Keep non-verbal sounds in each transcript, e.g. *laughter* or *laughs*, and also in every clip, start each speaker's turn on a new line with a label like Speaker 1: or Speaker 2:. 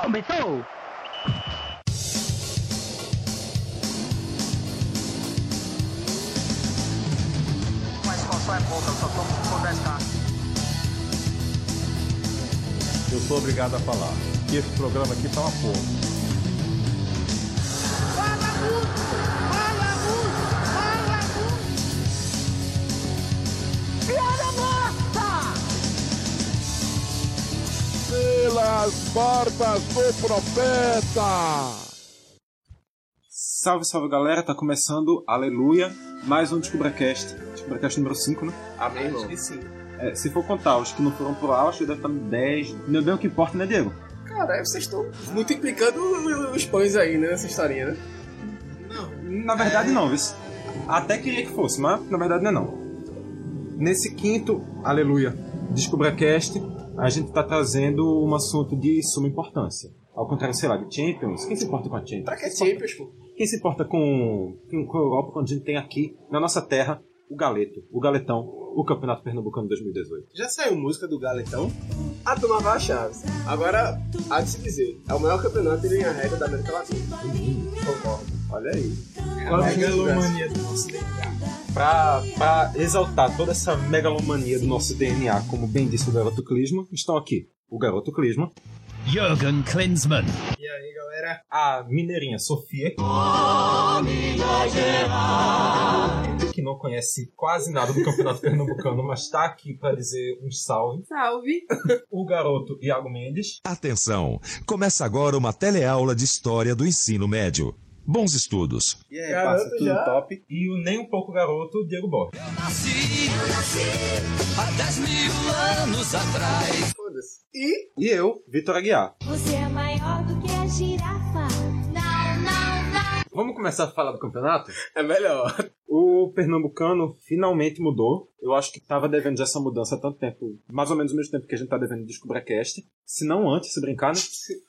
Speaker 1: Começou!
Speaker 2: Mas qual só é pouca, eu só tomo se for 10k.
Speaker 3: Eu sou obrigado a falar que esse programa aqui tá uma porra.
Speaker 4: pelas bordas do profeta.
Speaker 3: Salve, salve galera, tá começando, aleluia, mais um DescubraCast. DescubraCast número 5, né?
Speaker 5: Amém, irmão.
Speaker 3: É, se for contar os que não foram pro auge, deve estar no 10. Meu bem, o que importa, né, Diego?
Speaker 5: Caralho, vocês estão muito implicando os pães aí, né, nessa historinha, né?
Speaker 3: Na verdade, não, viu? Até queria que fosse, mas na verdade não é não. Nesse quinto, aleluia, DescubraCast, a gente tá trazendo um assunto de suma importância. Ao contrário, sei lá, de Champions, quem se importa com a Champions?
Speaker 5: Pra que é Champions, pô?
Speaker 3: Quem se importa com, com, com a Europa quando a gente tem aqui, na nossa terra, o Galeto, o Galetão, o Campeonato Pernambucano 2018?
Speaker 5: Já saiu música do Galetão? A turma vai achar. Agora, há de se dizer, é o maior campeonato em linha reta da América Latina. Uhum. Concordo.
Speaker 3: Olha aí.
Speaker 5: Qual é a megalomania
Speaker 3: do nosso DNA? Pra, pra exaltar toda essa megalomania do nosso DNA, como bem disse o garoto Clisma, estão aqui o garoto Clisma,
Speaker 1: Jürgen Klinsmann.
Speaker 5: E aí, galera?
Speaker 3: a mineirinha Sofia. Que não conhece quase nada do campeonato pernambucano, mas tá aqui pra dizer um salve.
Speaker 6: Salve!
Speaker 3: *laughs* O garoto Iago Mendes.
Speaker 7: Atenção! Começa agora uma teleaula de história é do ensino médio. Bons estudos.
Speaker 3: E aí,
Speaker 5: Garoto
Speaker 3: parça, É, tudo
Speaker 5: já.
Speaker 3: top. E o nem um pouco garoto, Diego Borges.
Speaker 5: Foda-se. E
Speaker 3: E eu, Vitor Aguiar.
Speaker 8: Você é maior do que a girafa. Não, não, não.
Speaker 3: Vamos começar a falar do campeonato?
Speaker 5: é melhor.
Speaker 3: O pernambucano finalmente mudou. Eu acho que tava devendo já essa mudança há tanto tempo, mais ou menos o mesmo tempo que a gente tá devendo descobrir a cast. Se não antes, se brincar, né?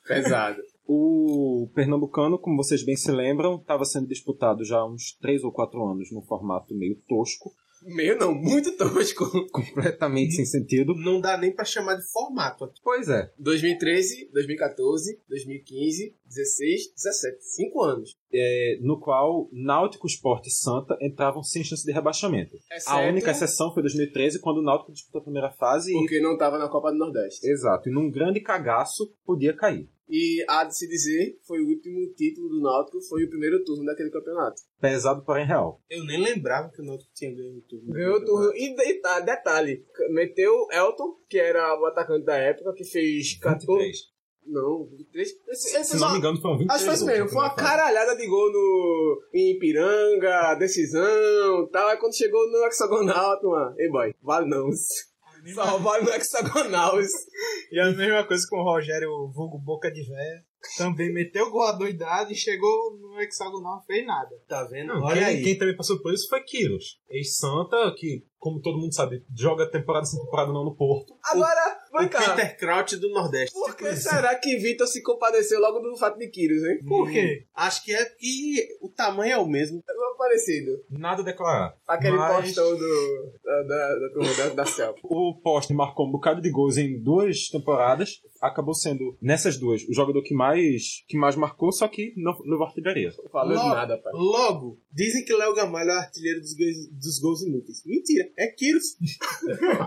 Speaker 5: Pesado.
Speaker 3: O pernambucano, como vocês bem se lembram, estava sendo disputado já há uns 3 ou 4 anos num formato meio tosco, *laughs*
Speaker 5: Meio não, muito tosco.
Speaker 3: completamente sem sentido.
Speaker 5: Não dá nem pra chamar de formato.
Speaker 3: Pois é.
Speaker 5: 2013, 2014, 2015, 16, 17. Cinco anos.
Speaker 3: É, No qual Náutico, Sport e Santa entravam sem chance de rebaixamento.
Speaker 5: Exceto
Speaker 3: A única exceção foi 2013, quando o Náutico disputou a primeira fase e...
Speaker 5: Porque não tava na Copa do Nordeste.
Speaker 3: Exato, e num grande cagaço podia cair.
Speaker 5: E há de se dizer, foi o último título do Náutico, foi o primeiro turno daquele campeonato.
Speaker 3: Pesado, porém real.
Speaker 5: Eu nem lembrava que o Náutico tinha ganho o turno. Ganhou o turno. E deta- detalhe, meteu Elton, que era o atacante da época, que fez 14... Não, 23... Esse, esse
Speaker 3: Se não
Speaker 5: só-
Speaker 3: me engano, um foram 23
Speaker 5: Acho que foi isso
Speaker 3: gols
Speaker 5: mesmo.
Speaker 3: no
Speaker 5: Foi uma
Speaker 3: campeonato.
Speaker 5: caralhada de gol no em Ipiranga, decisão tal. Aí quando chegou no hexagonal, turma. Ei, boy, vale não. Só vale no *laughs* hexagonal.
Speaker 9: E a mesma coisa com o Rogério, vulgo boca de véia. Também meteu gol à doidade e chegou no hexagonal, não fez nada. Tá vendo?
Speaker 3: Não, quem, quem também passou por isso foi Kiros. Ex-Santa, que, como todo mundo sabe, joga temporada sem temporada não no Porto.
Speaker 5: Agora, vem cá.
Speaker 9: Kraut do Nordeste.
Speaker 5: Por que será que Vitor se compadeceu logo do fato de Kyrgios, hein?
Speaker 9: Por quê?
Speaker 5: Acho que é que o tamanho é o mesmo. É
Speaker 9: Hum.
Speaker 5: meio parecido.
Speaker 3: Nada a declarar.
Speaker 5: Aquele
Speaker 3: Mas-
Speaker 5: postão do, da, da, da turma da, da selva.
Speaker 3: O Poste marcou um bocado de gols em duas temporadas. Acabou sendo, nessas duas, o jogador que mais, que mais marcou, só que não levou artilharia.
Speaker 5: Não falou de
Speaker 9: Logo.
Speaker 5: nada, pai.
Speaker 9: Logo, dizem que Léo Gamalho é o artilheiro dos gols, dos gols inúteis. Mentira, é
Speaker 5: *laughs*
Speaker 9: Kiros.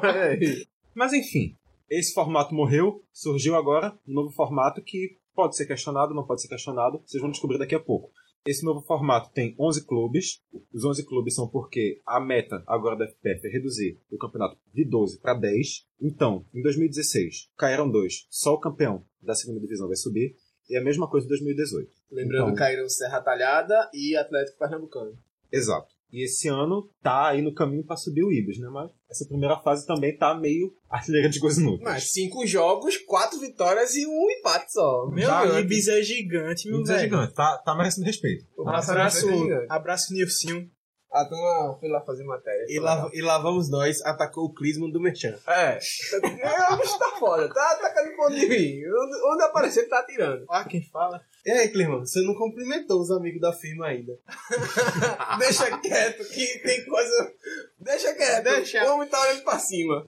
Speaker 5: Olha aí.
Speaker 3: Mas enfim, esse formato morreu, surgiu agora um novo formato que pode ser questionado, não pode ser questionado, vocês vão descobrir daqui a pouco. Esse novo formato tem 11 clubes. Os 11 clubes são porque a meta agora da FPF é reduzir o campeonato de 12 para 10. Então, em 2016, caíram dois. Só o campeão da segunda divisão vai subir. E é a mesma coisa em 2018.
Speaker 5: Lembrando,
Speaker 3: Então.
Speaker 5: caíram Serra Talhada e Atlético Pernambucano.
Speaker 3: Exato. E esse ano tá aí no caminho para subir o Ibis, né? Mas essa primeira fase também tá meio *laughs* artilheira de coisa inúteis.
Speaker 5: Mas cinco jogos, quatro vitórias e um empate só.
Speaker 9: Meu
Speaker 3: Vai,
Speaker 9: Deus, Ibis é gigante, meu
Speaker 3: Ibis é
Speaker 9: velho.
Speaker 3: gigante, tá, tá merecendo respeito.
Speaker 5: Abraço,
Speaker 9: Abraço,
Speaker 5: Ibis é gigante.
Speaker 9: abraço Nilcinho.
Speaker 5: A turma foi então, ah, lá fazer matéria.
Speaker 9: E lá, e lá vamos nós, atacou o Clisman do Merchan.
Speaker 5: É. O bicho tá foda. Tá atacando ponto de mim. Onde, onde aparecer, ele tá atirando.
Speaker 9: Ó, Ah, quem fala. E aí, Clisman, você não cumprimentou os amigos da firma ainda.
Speaker 5: *laughs* Deixa quieto, que tem coisa. Deixa quieto.
Speaker 9: Deixa.
Speaker 5: O homem tá olhando pra cima.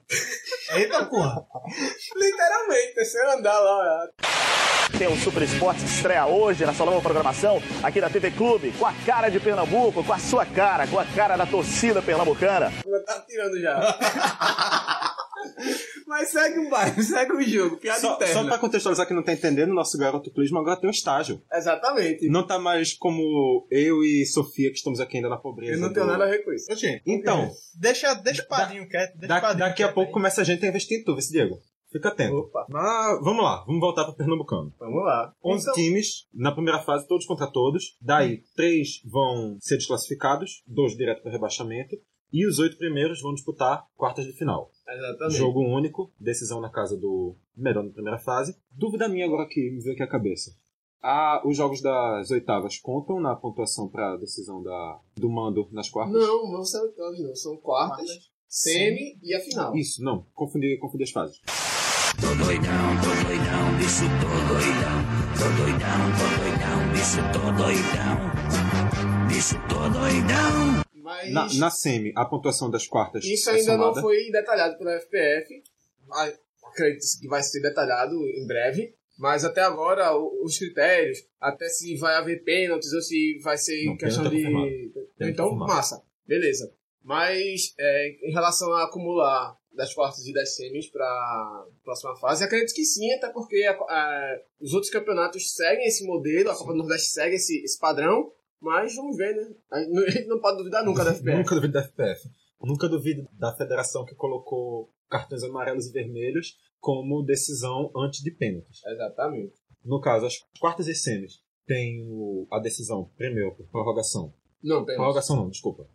Speaker 9: Eita, porra.
Speaker 5: Literalmente, terceiro andar lá.
Speaker 6: Tem o Super Esporte que estreia hoje na sua nova programação aqui da TV Clube, com a cara de Pernambuco, com a sua cara, com a cara da torcida pernambucana.
Speaker 5: Tá tirando já. *laughs* Mas segue o bairro, segue o jogo, piada
Speaker 3: Só, só
Speaker 5: interna.
Speaker 3: pra contextualizar que não tá entendendo, o nosso garoto Clisma agora tem um estágio.
Speaker 5: Exatamente.
Speaker 3: Não tá mais como eu e Sofia, que estamos aqui ainda na pobreza.
Speaker 5: Eu não tenho
Speaker 3: do-
Speaker 5: nada a ver com isso.
Speaker 9: Oxê,
Speaker 3: Então,
Speaker 9: deixa, deixa o padrinho quieto. Deixa o
Speaker 3: da-
Speaker 9: padrinho
Speaker 3: daqui a
Speaker 9: quieto
Speaker 3: pouco
Speaker 9: aí.
Speaker 3: começa a gente a investir em tu, vê se Diego. Fica atento.
Speaker 5: né? Opa.
Speaker 3: Mas vamos lá, vamos voltar pro Pernambucano.
Speaker 5: Vamos lá.
Speaker 3: 11
Speaker 5: Então, Hum.
Speaker 3: times, na primeira fase, todos contra todos. Daí, três vão ser desclassificados, dois direto para rebaixamento. E os oito primeiros vão disputar quartas de final.
Speaker 5: Exatamente.
Speaker 3: Jogo único, decisão na casa do melhor na primeira fase. Dúvida minha agora que me veio aqui a cabeça. Ah, os jogos das oitavas contam na pontuação para a decisão da, do mando nas quartas?
Speaker 5: Não, não são oitavas, não. São quartas, semi e a final.
Speaker 3: Isso, não. Confundi, confundi as fases.
Speaker 5: Mas
Speaker 3: Na, na semi, a pontuação das quartas
Speaker 5: É isso
Speaker 3: é
Speaker 5: ainda não
Speaker 3: somada.
Speaker 5: foi detalhado pela FPF. Mas Acredito que vai ser detalhado em breve. Mas até agora, o- os critérios, até se vai haver pênaltis ou se vai ser
Speaker 3: Não,
Speaker 5: questão
Speaker 3: pênalti
Speaker 5: de.
Speaker 3: tá Pênalti
Speaker 5: então,
Speaker 3: confirmado.
Speaker 5: massa. Beleza. Mas é, em relação a acumular das quartas e das semis para a próxima fase, acredito que sim, até porque a- a- os outros campeonatos seguem esse modelo, a Copa do Nordeste segue esse, esse padrão. Mas vamos ver, né? A gente não- a gente não pode duvidar nunca da FPF.
Speaker 3: Nunca duvido da FPF. Nunca duvido da federação que colocou cartões amarelos e vermelhos como decisão antes de pênaltis.
Speaker 5: Exatamente.
Speaker 3: No caso, as quartas e semis tem o- a decisão, primeiro, por prorrogação.
Speaker 5: Não, pênalti.
Speaker 3: Prorrogação não, desculpa.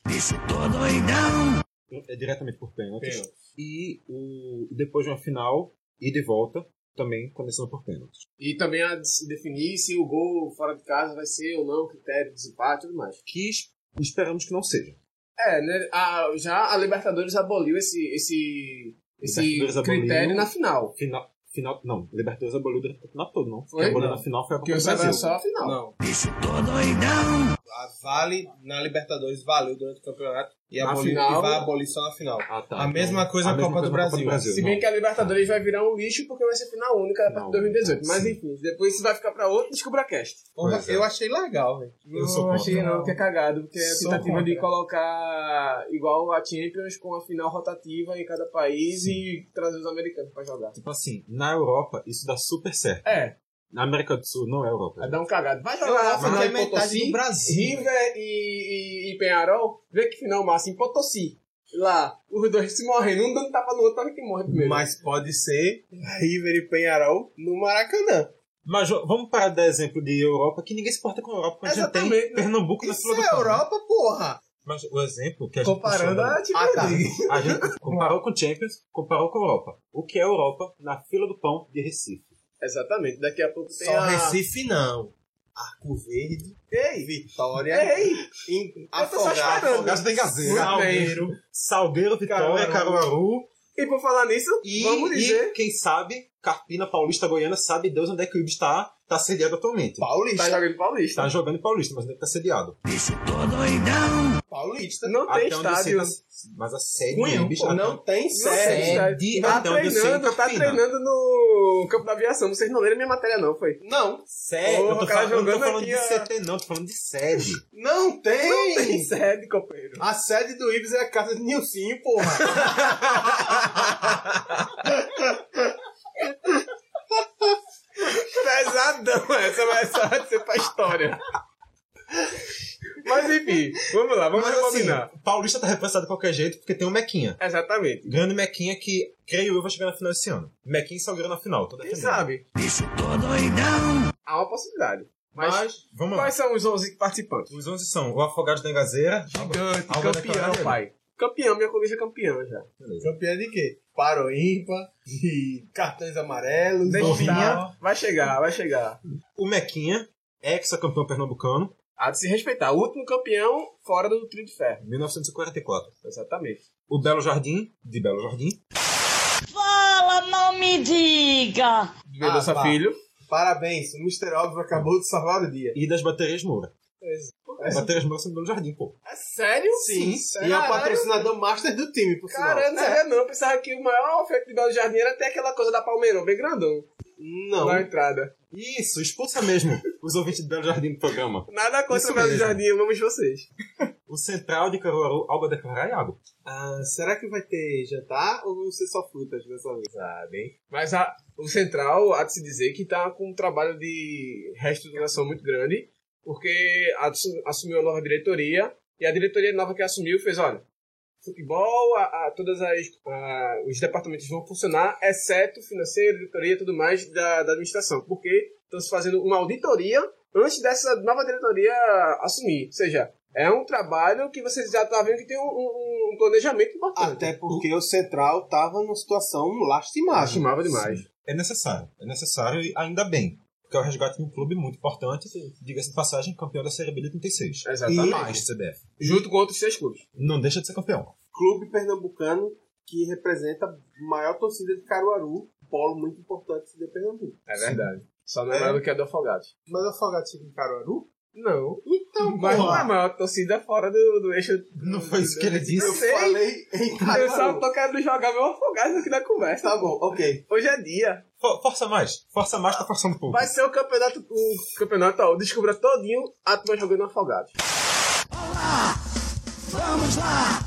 Speaker 3: É diretamente por pênaltis.
Speaker 5: Pênalti.
Speaker 3: E o, depois de uma final, e de volta, também começando por pênaltis.
Speaker 5: E também a de se definir se o gol fora de casa vai ser ou não critério de desempate e tudo mais.
Speaker 3: Que es- esperamos que não seja.
Speaker 5: É, né? a- já a Libertadores aboliu esse, esse, esse
Speaker 3: Libertadores aboliu.
Speaker 5: critério na final.
Speaker 3: Final, final não, Libertadores aboliu durante o campeonato todo, não.
Speaker 5: Foi?
Speaker 3: Quem aboliu
Speaker 5: Não.
Speaker 3: na final foi a
Speaker 5: Porque
Speaker 3: Copa do
Speaker 5: o Brasil
Speaker 3: Brasil.
Speaker 5: só a final.
Speaker 9: Não. A Vale na Libertadores valeu durante o campeonato e,
Speaker 5: Na
Speaker 9: aboliu,
Speaker 5: final-
Speaker 9: e vai abolir só na final.
Speaker 3: Ah, tá.
Speaker 9: A mesma coisa na Copa do
Speaker 3: na
Speaker 9: Brasil.
Speaker 5: Se bem
Speaker 3: não.
Speaker 5: que a Libertadores vai virar um lixo porque vai ser final única a partir
Speaker 3: Não,
Speaker 5: de 2018. Mas
Speaker 3: sim.
Speaker 5: enfim, depois isso vai ficar pra outro Descubra Cast.
Speaker 9: Porra,
Speaker 3: Pois é.
Speaker 9: Eu achei legal, velho.
Speaker 5: Eu não achei não, que é cagado, porque é a
Speaker 9: Sou
Speaker 5: tentativa de
Speaker 9: contra.
Speaker 5: colocar igual a Champions com a final rotativa em cada país e trazer os americanos pra jogar.
Speaker 3: Tipo assim, na Europa isso dá super certo.
Speaker 5: É,
Speaker 3: Na América do Sul não é Europa.
Speaker 5: Vai dar um cagado. Vai um jogar
Speaker 9: Eu
Speaker 5: lá,
Speaker 9: acho
Speaker 5: final
Speaker 9: que é
Speaker 5: em
Speaker 9: metade
Speaker 5: Potosí,
Speaker 3: assim,
Speaker 9: do Brasil,
Speaker 5: River e, e, e Penharol. Vê que final massa em Potosí. Lá, os dois se morrendo, um dando tapa no outro para que morre primeiro.
Speaker 9: Mas pode ser River e Penharol no Maracanã.
Speaker 3: Mas ó, vamos parar de dar exemplo de Europa, que ninguém se porta com a Europa, quando já tem
Speaker 5: Exatamente. né?
Speaker 3: Pernambuco na
Speaker 9: Isso
Speaker 3: fila do
Speaker 9: é
Speaker 3: pão.
Speaker 9: Europa, porra!
Speaker 3: Mas o exemplo que a gente
Speaker 5: Comparando
Speaker 3: puxou da-
Speaker 5: a time
Speaker 9: Ah, tá.
Speaker 5: Rodrigues.
Speaker 3: a gente *laughs* comparou com Champions, comparou com Europa. O que é Europa na fila do pão de Recife?
Speaker 5: Exatamente, daqui a pouco tem
Speaker 3: É,
Speaker 9: Só
Speaker 5: a...
Speaker 9: Recife não. Arco Verde,
Speaker 5: Ei,
Speaker 9: Vitória,
Speaker 5: ei,
Speaker 9: em,
Speaker 5: eu tô só
Speaker 9: Afogado,
Speaker 5: esperando.
Speaker 9: Afogado tem Gazeira.
Speaker 3: Salgueiro, Salgueiro, Vitória, Caruaru
Speaker 5: E por falar nisso,
Speaker 3: e,
Speaker 5: vamos
Speaker 3: e
Speaker 5: dizer... tá
Speaker 3: quem sabe Carpina, Paulista, Goiânia, sabe Deus onde é que o Ibe está, está sediado atualmente.
Speaker 5: Tá
Speaker 9: Paulista,
Speaker 5: jogando Paulista.
Speaker 3: Está jogando em Paulista, mas ainda está tá sediado.
Speaker 9: Paulista.
Speaker 5: Não tem
Speaker 3: Até onde eu sei,
Speaker 5: estádio.
Speaker 3: tá- mas a sede
Speaker 9: Cunha,
Speaker 3: do tá- Ibe está
Speaker 9: pô, não tem
Speaker 5: Não tem
Speaker 9: série.
Speaker 5: estádio.
Speaker 3: de-
Speaker 5: Tá
Speaker 3: até onde eu sei,
Speaker 5: treinando, tá
Speaker 3: Campina.
Speaker 5: treinando no campo da aviação. Vocês não leram minha matéria não, foi?
Speaker 9: Não,
Speaker 3: Sério,
Speaker 5: Porra,
Speaker 3: eu tô
Speaker 5: o cara
Speaker 3: falando, eu não tô
Speaker 5: jogando
Speaker 3: falando
Speaker 5: aqui,
Speaker 3: de
Speaker 5: ó.
Speaker 3: CT, não, tô falando de sede.
Speaker 9: não tem.
Speaker 5: Não tem sede, companheiro.
Speaker 9: A sede do Ibis é a casa de Nilcinho, porra.
Speaker 5: *laughs* Pesadão essa, mas essa vai ser pra história. Mas enfim, vamos lá, vamos
Speaker 3: Mas assim,
Speaker 5: rebobinar.
Speaker 3: Paulista tá repassado de qualquer jeito porque tem o Mequinha.
Speaker 5: Exatamente.
Speaker 3: Grande Mequinha que, creio eu, vai chegar na final esse ano. Mequinha e Salgueiro na final, tô
Speaker 5: Quem
Speaker 3: defendendo.
Speaker 5: sabe? tá Há uma possibilidade. Mas,
Speaker 3: Mas, vamos lá.
Speaker 5: quais são os 11 participantes?
Speaker 3: Os 11 são o Afogados da Engazeira.
Speaker 5: Gigante,
Speaker 3: Alba declarada,
Speaker 5: campeão, pai. Campeão, minha coluna é campeã já.
Speaker 9: Campeã de quê? Paro ímpar, de cartões amarelos,
Speaker 5: Deixa
Speaker 9: Dovinha.
Speaker 5: estar. Vai chegar, vai chegar.
Speaker 3: O Mequinha, ex-campeão pernambucano,
Speaker 5: Há de se respeitar. O último campeão fora do trio de ferro.
Speaker 3: 1944.
Speaker 5: Exatamente.
Speaker 3: O Belo Jardim, de Belo Jardim.
Speaker 10: Fala, não me diga!
Speaker 5: Mendonça
Speaker 9: Ah, vá.
Speaker 5: Filho.
Speaker 9: Parabéns, o Mr. Óbvio acabou de salvar o dia.
Speaker 3: E das Baterias Moura. Matheus Manso do Belo Jardim, pô.
Speaker 5: É sério?
Speaker 3: Sim.
Speaker 9: E é o
Speaker 5: Caralho.
Speaker 9: patrocinador master do time, por sinal. É.
Speaker 5: Caramba, não sabia não. Eu pensava que o maior oferta de Belo Jardim era até aquela coisa da Palmeirão, bem grandão.
Speaker 9: Não.
Speaker 5: Na entrada.
Speaker 3: Isso, expulsa mesmo os ouvintes do Belo Jardim do programa.
Speaker 5: Nada contra
Speaker 3: Isso
Speaker 5: o Belo
Speaker 3: mesmo.
Speaker 5: Jardim, eu amo vocês.
Speaker 3: O Central de Caruaru, algo a declarar, Iago?
Speaker 9: Ah, será que vai ter jantar ou vão ser só frutas dessa vez?
Speaker 5: Ah, bem. Mas a- o Central, há de se dizer que tá com um trabalho de reestruturação muito grande, porque assu- assumiu a nova diretoria, e a diretoria nova que assumiu fez, olha, futebol, a, a, todas as a- os departamentos vão funcionar, exceto financeiro, diretoria e tudo mais da, da administração, porque estão se fazendo uma auditoria antes dessa nova diretoria assumir. Ou seja, é um trabalho que você já tá vendo que tem um, um- um planejamento importante.
Speaker 9: Até porque o Central tava numa situação lastimável.
Speaker 5: Lastimava demais.
Speaker 3: É necessário, é necessário e ainda bem. Porque é o resgate de um clube muito importante, diga-se de passagem, campeão da Série B de 36.
Speaker 5: Exatamente.
Speaker 3: E mais CBF.
Speaker 5: junto com outros seis clubes.
Speaker 3: Não deixa de ser campeão.
Speaker 9: Clube pernambucano que representa a maior torcida de Caruaru, um polo muito importante de Pernambuco.
Speaker 5: É verdade. Só não é,
Speaker 9: É.
Speaker 5: maior do que a do Afogados.
Speaker 9: Mas o Afogados fica em Caruaru?
Speaker 5: Não.
Speaker 9: Então,
Speaker 5: Mas não é a
Speaker 9: porra.
Speaker 5: maior torcida fora do, do eixo.
Speaker 3: Não foi isso que ele
Speaker 5: Eu
Speaker 9: Eu
Speaker 5: sei.
Speaker 9: falei em
Speaker 5: Eu só
Speaker 9: Caruaru.
Speaker 5: tô querendo jogar meu Afogados aqui na conversa.
Speaker 9: Tá bom, ok.
Speaker 5: Hoje é dia.
Speaker 3: For- força mais, força mais, tá forçando pouco.
Speaker 5: Vai ser o campeonato. O campeonato, ó, descubra todinho a turma jogando Afogados.
Speaker 1: Vamos lá!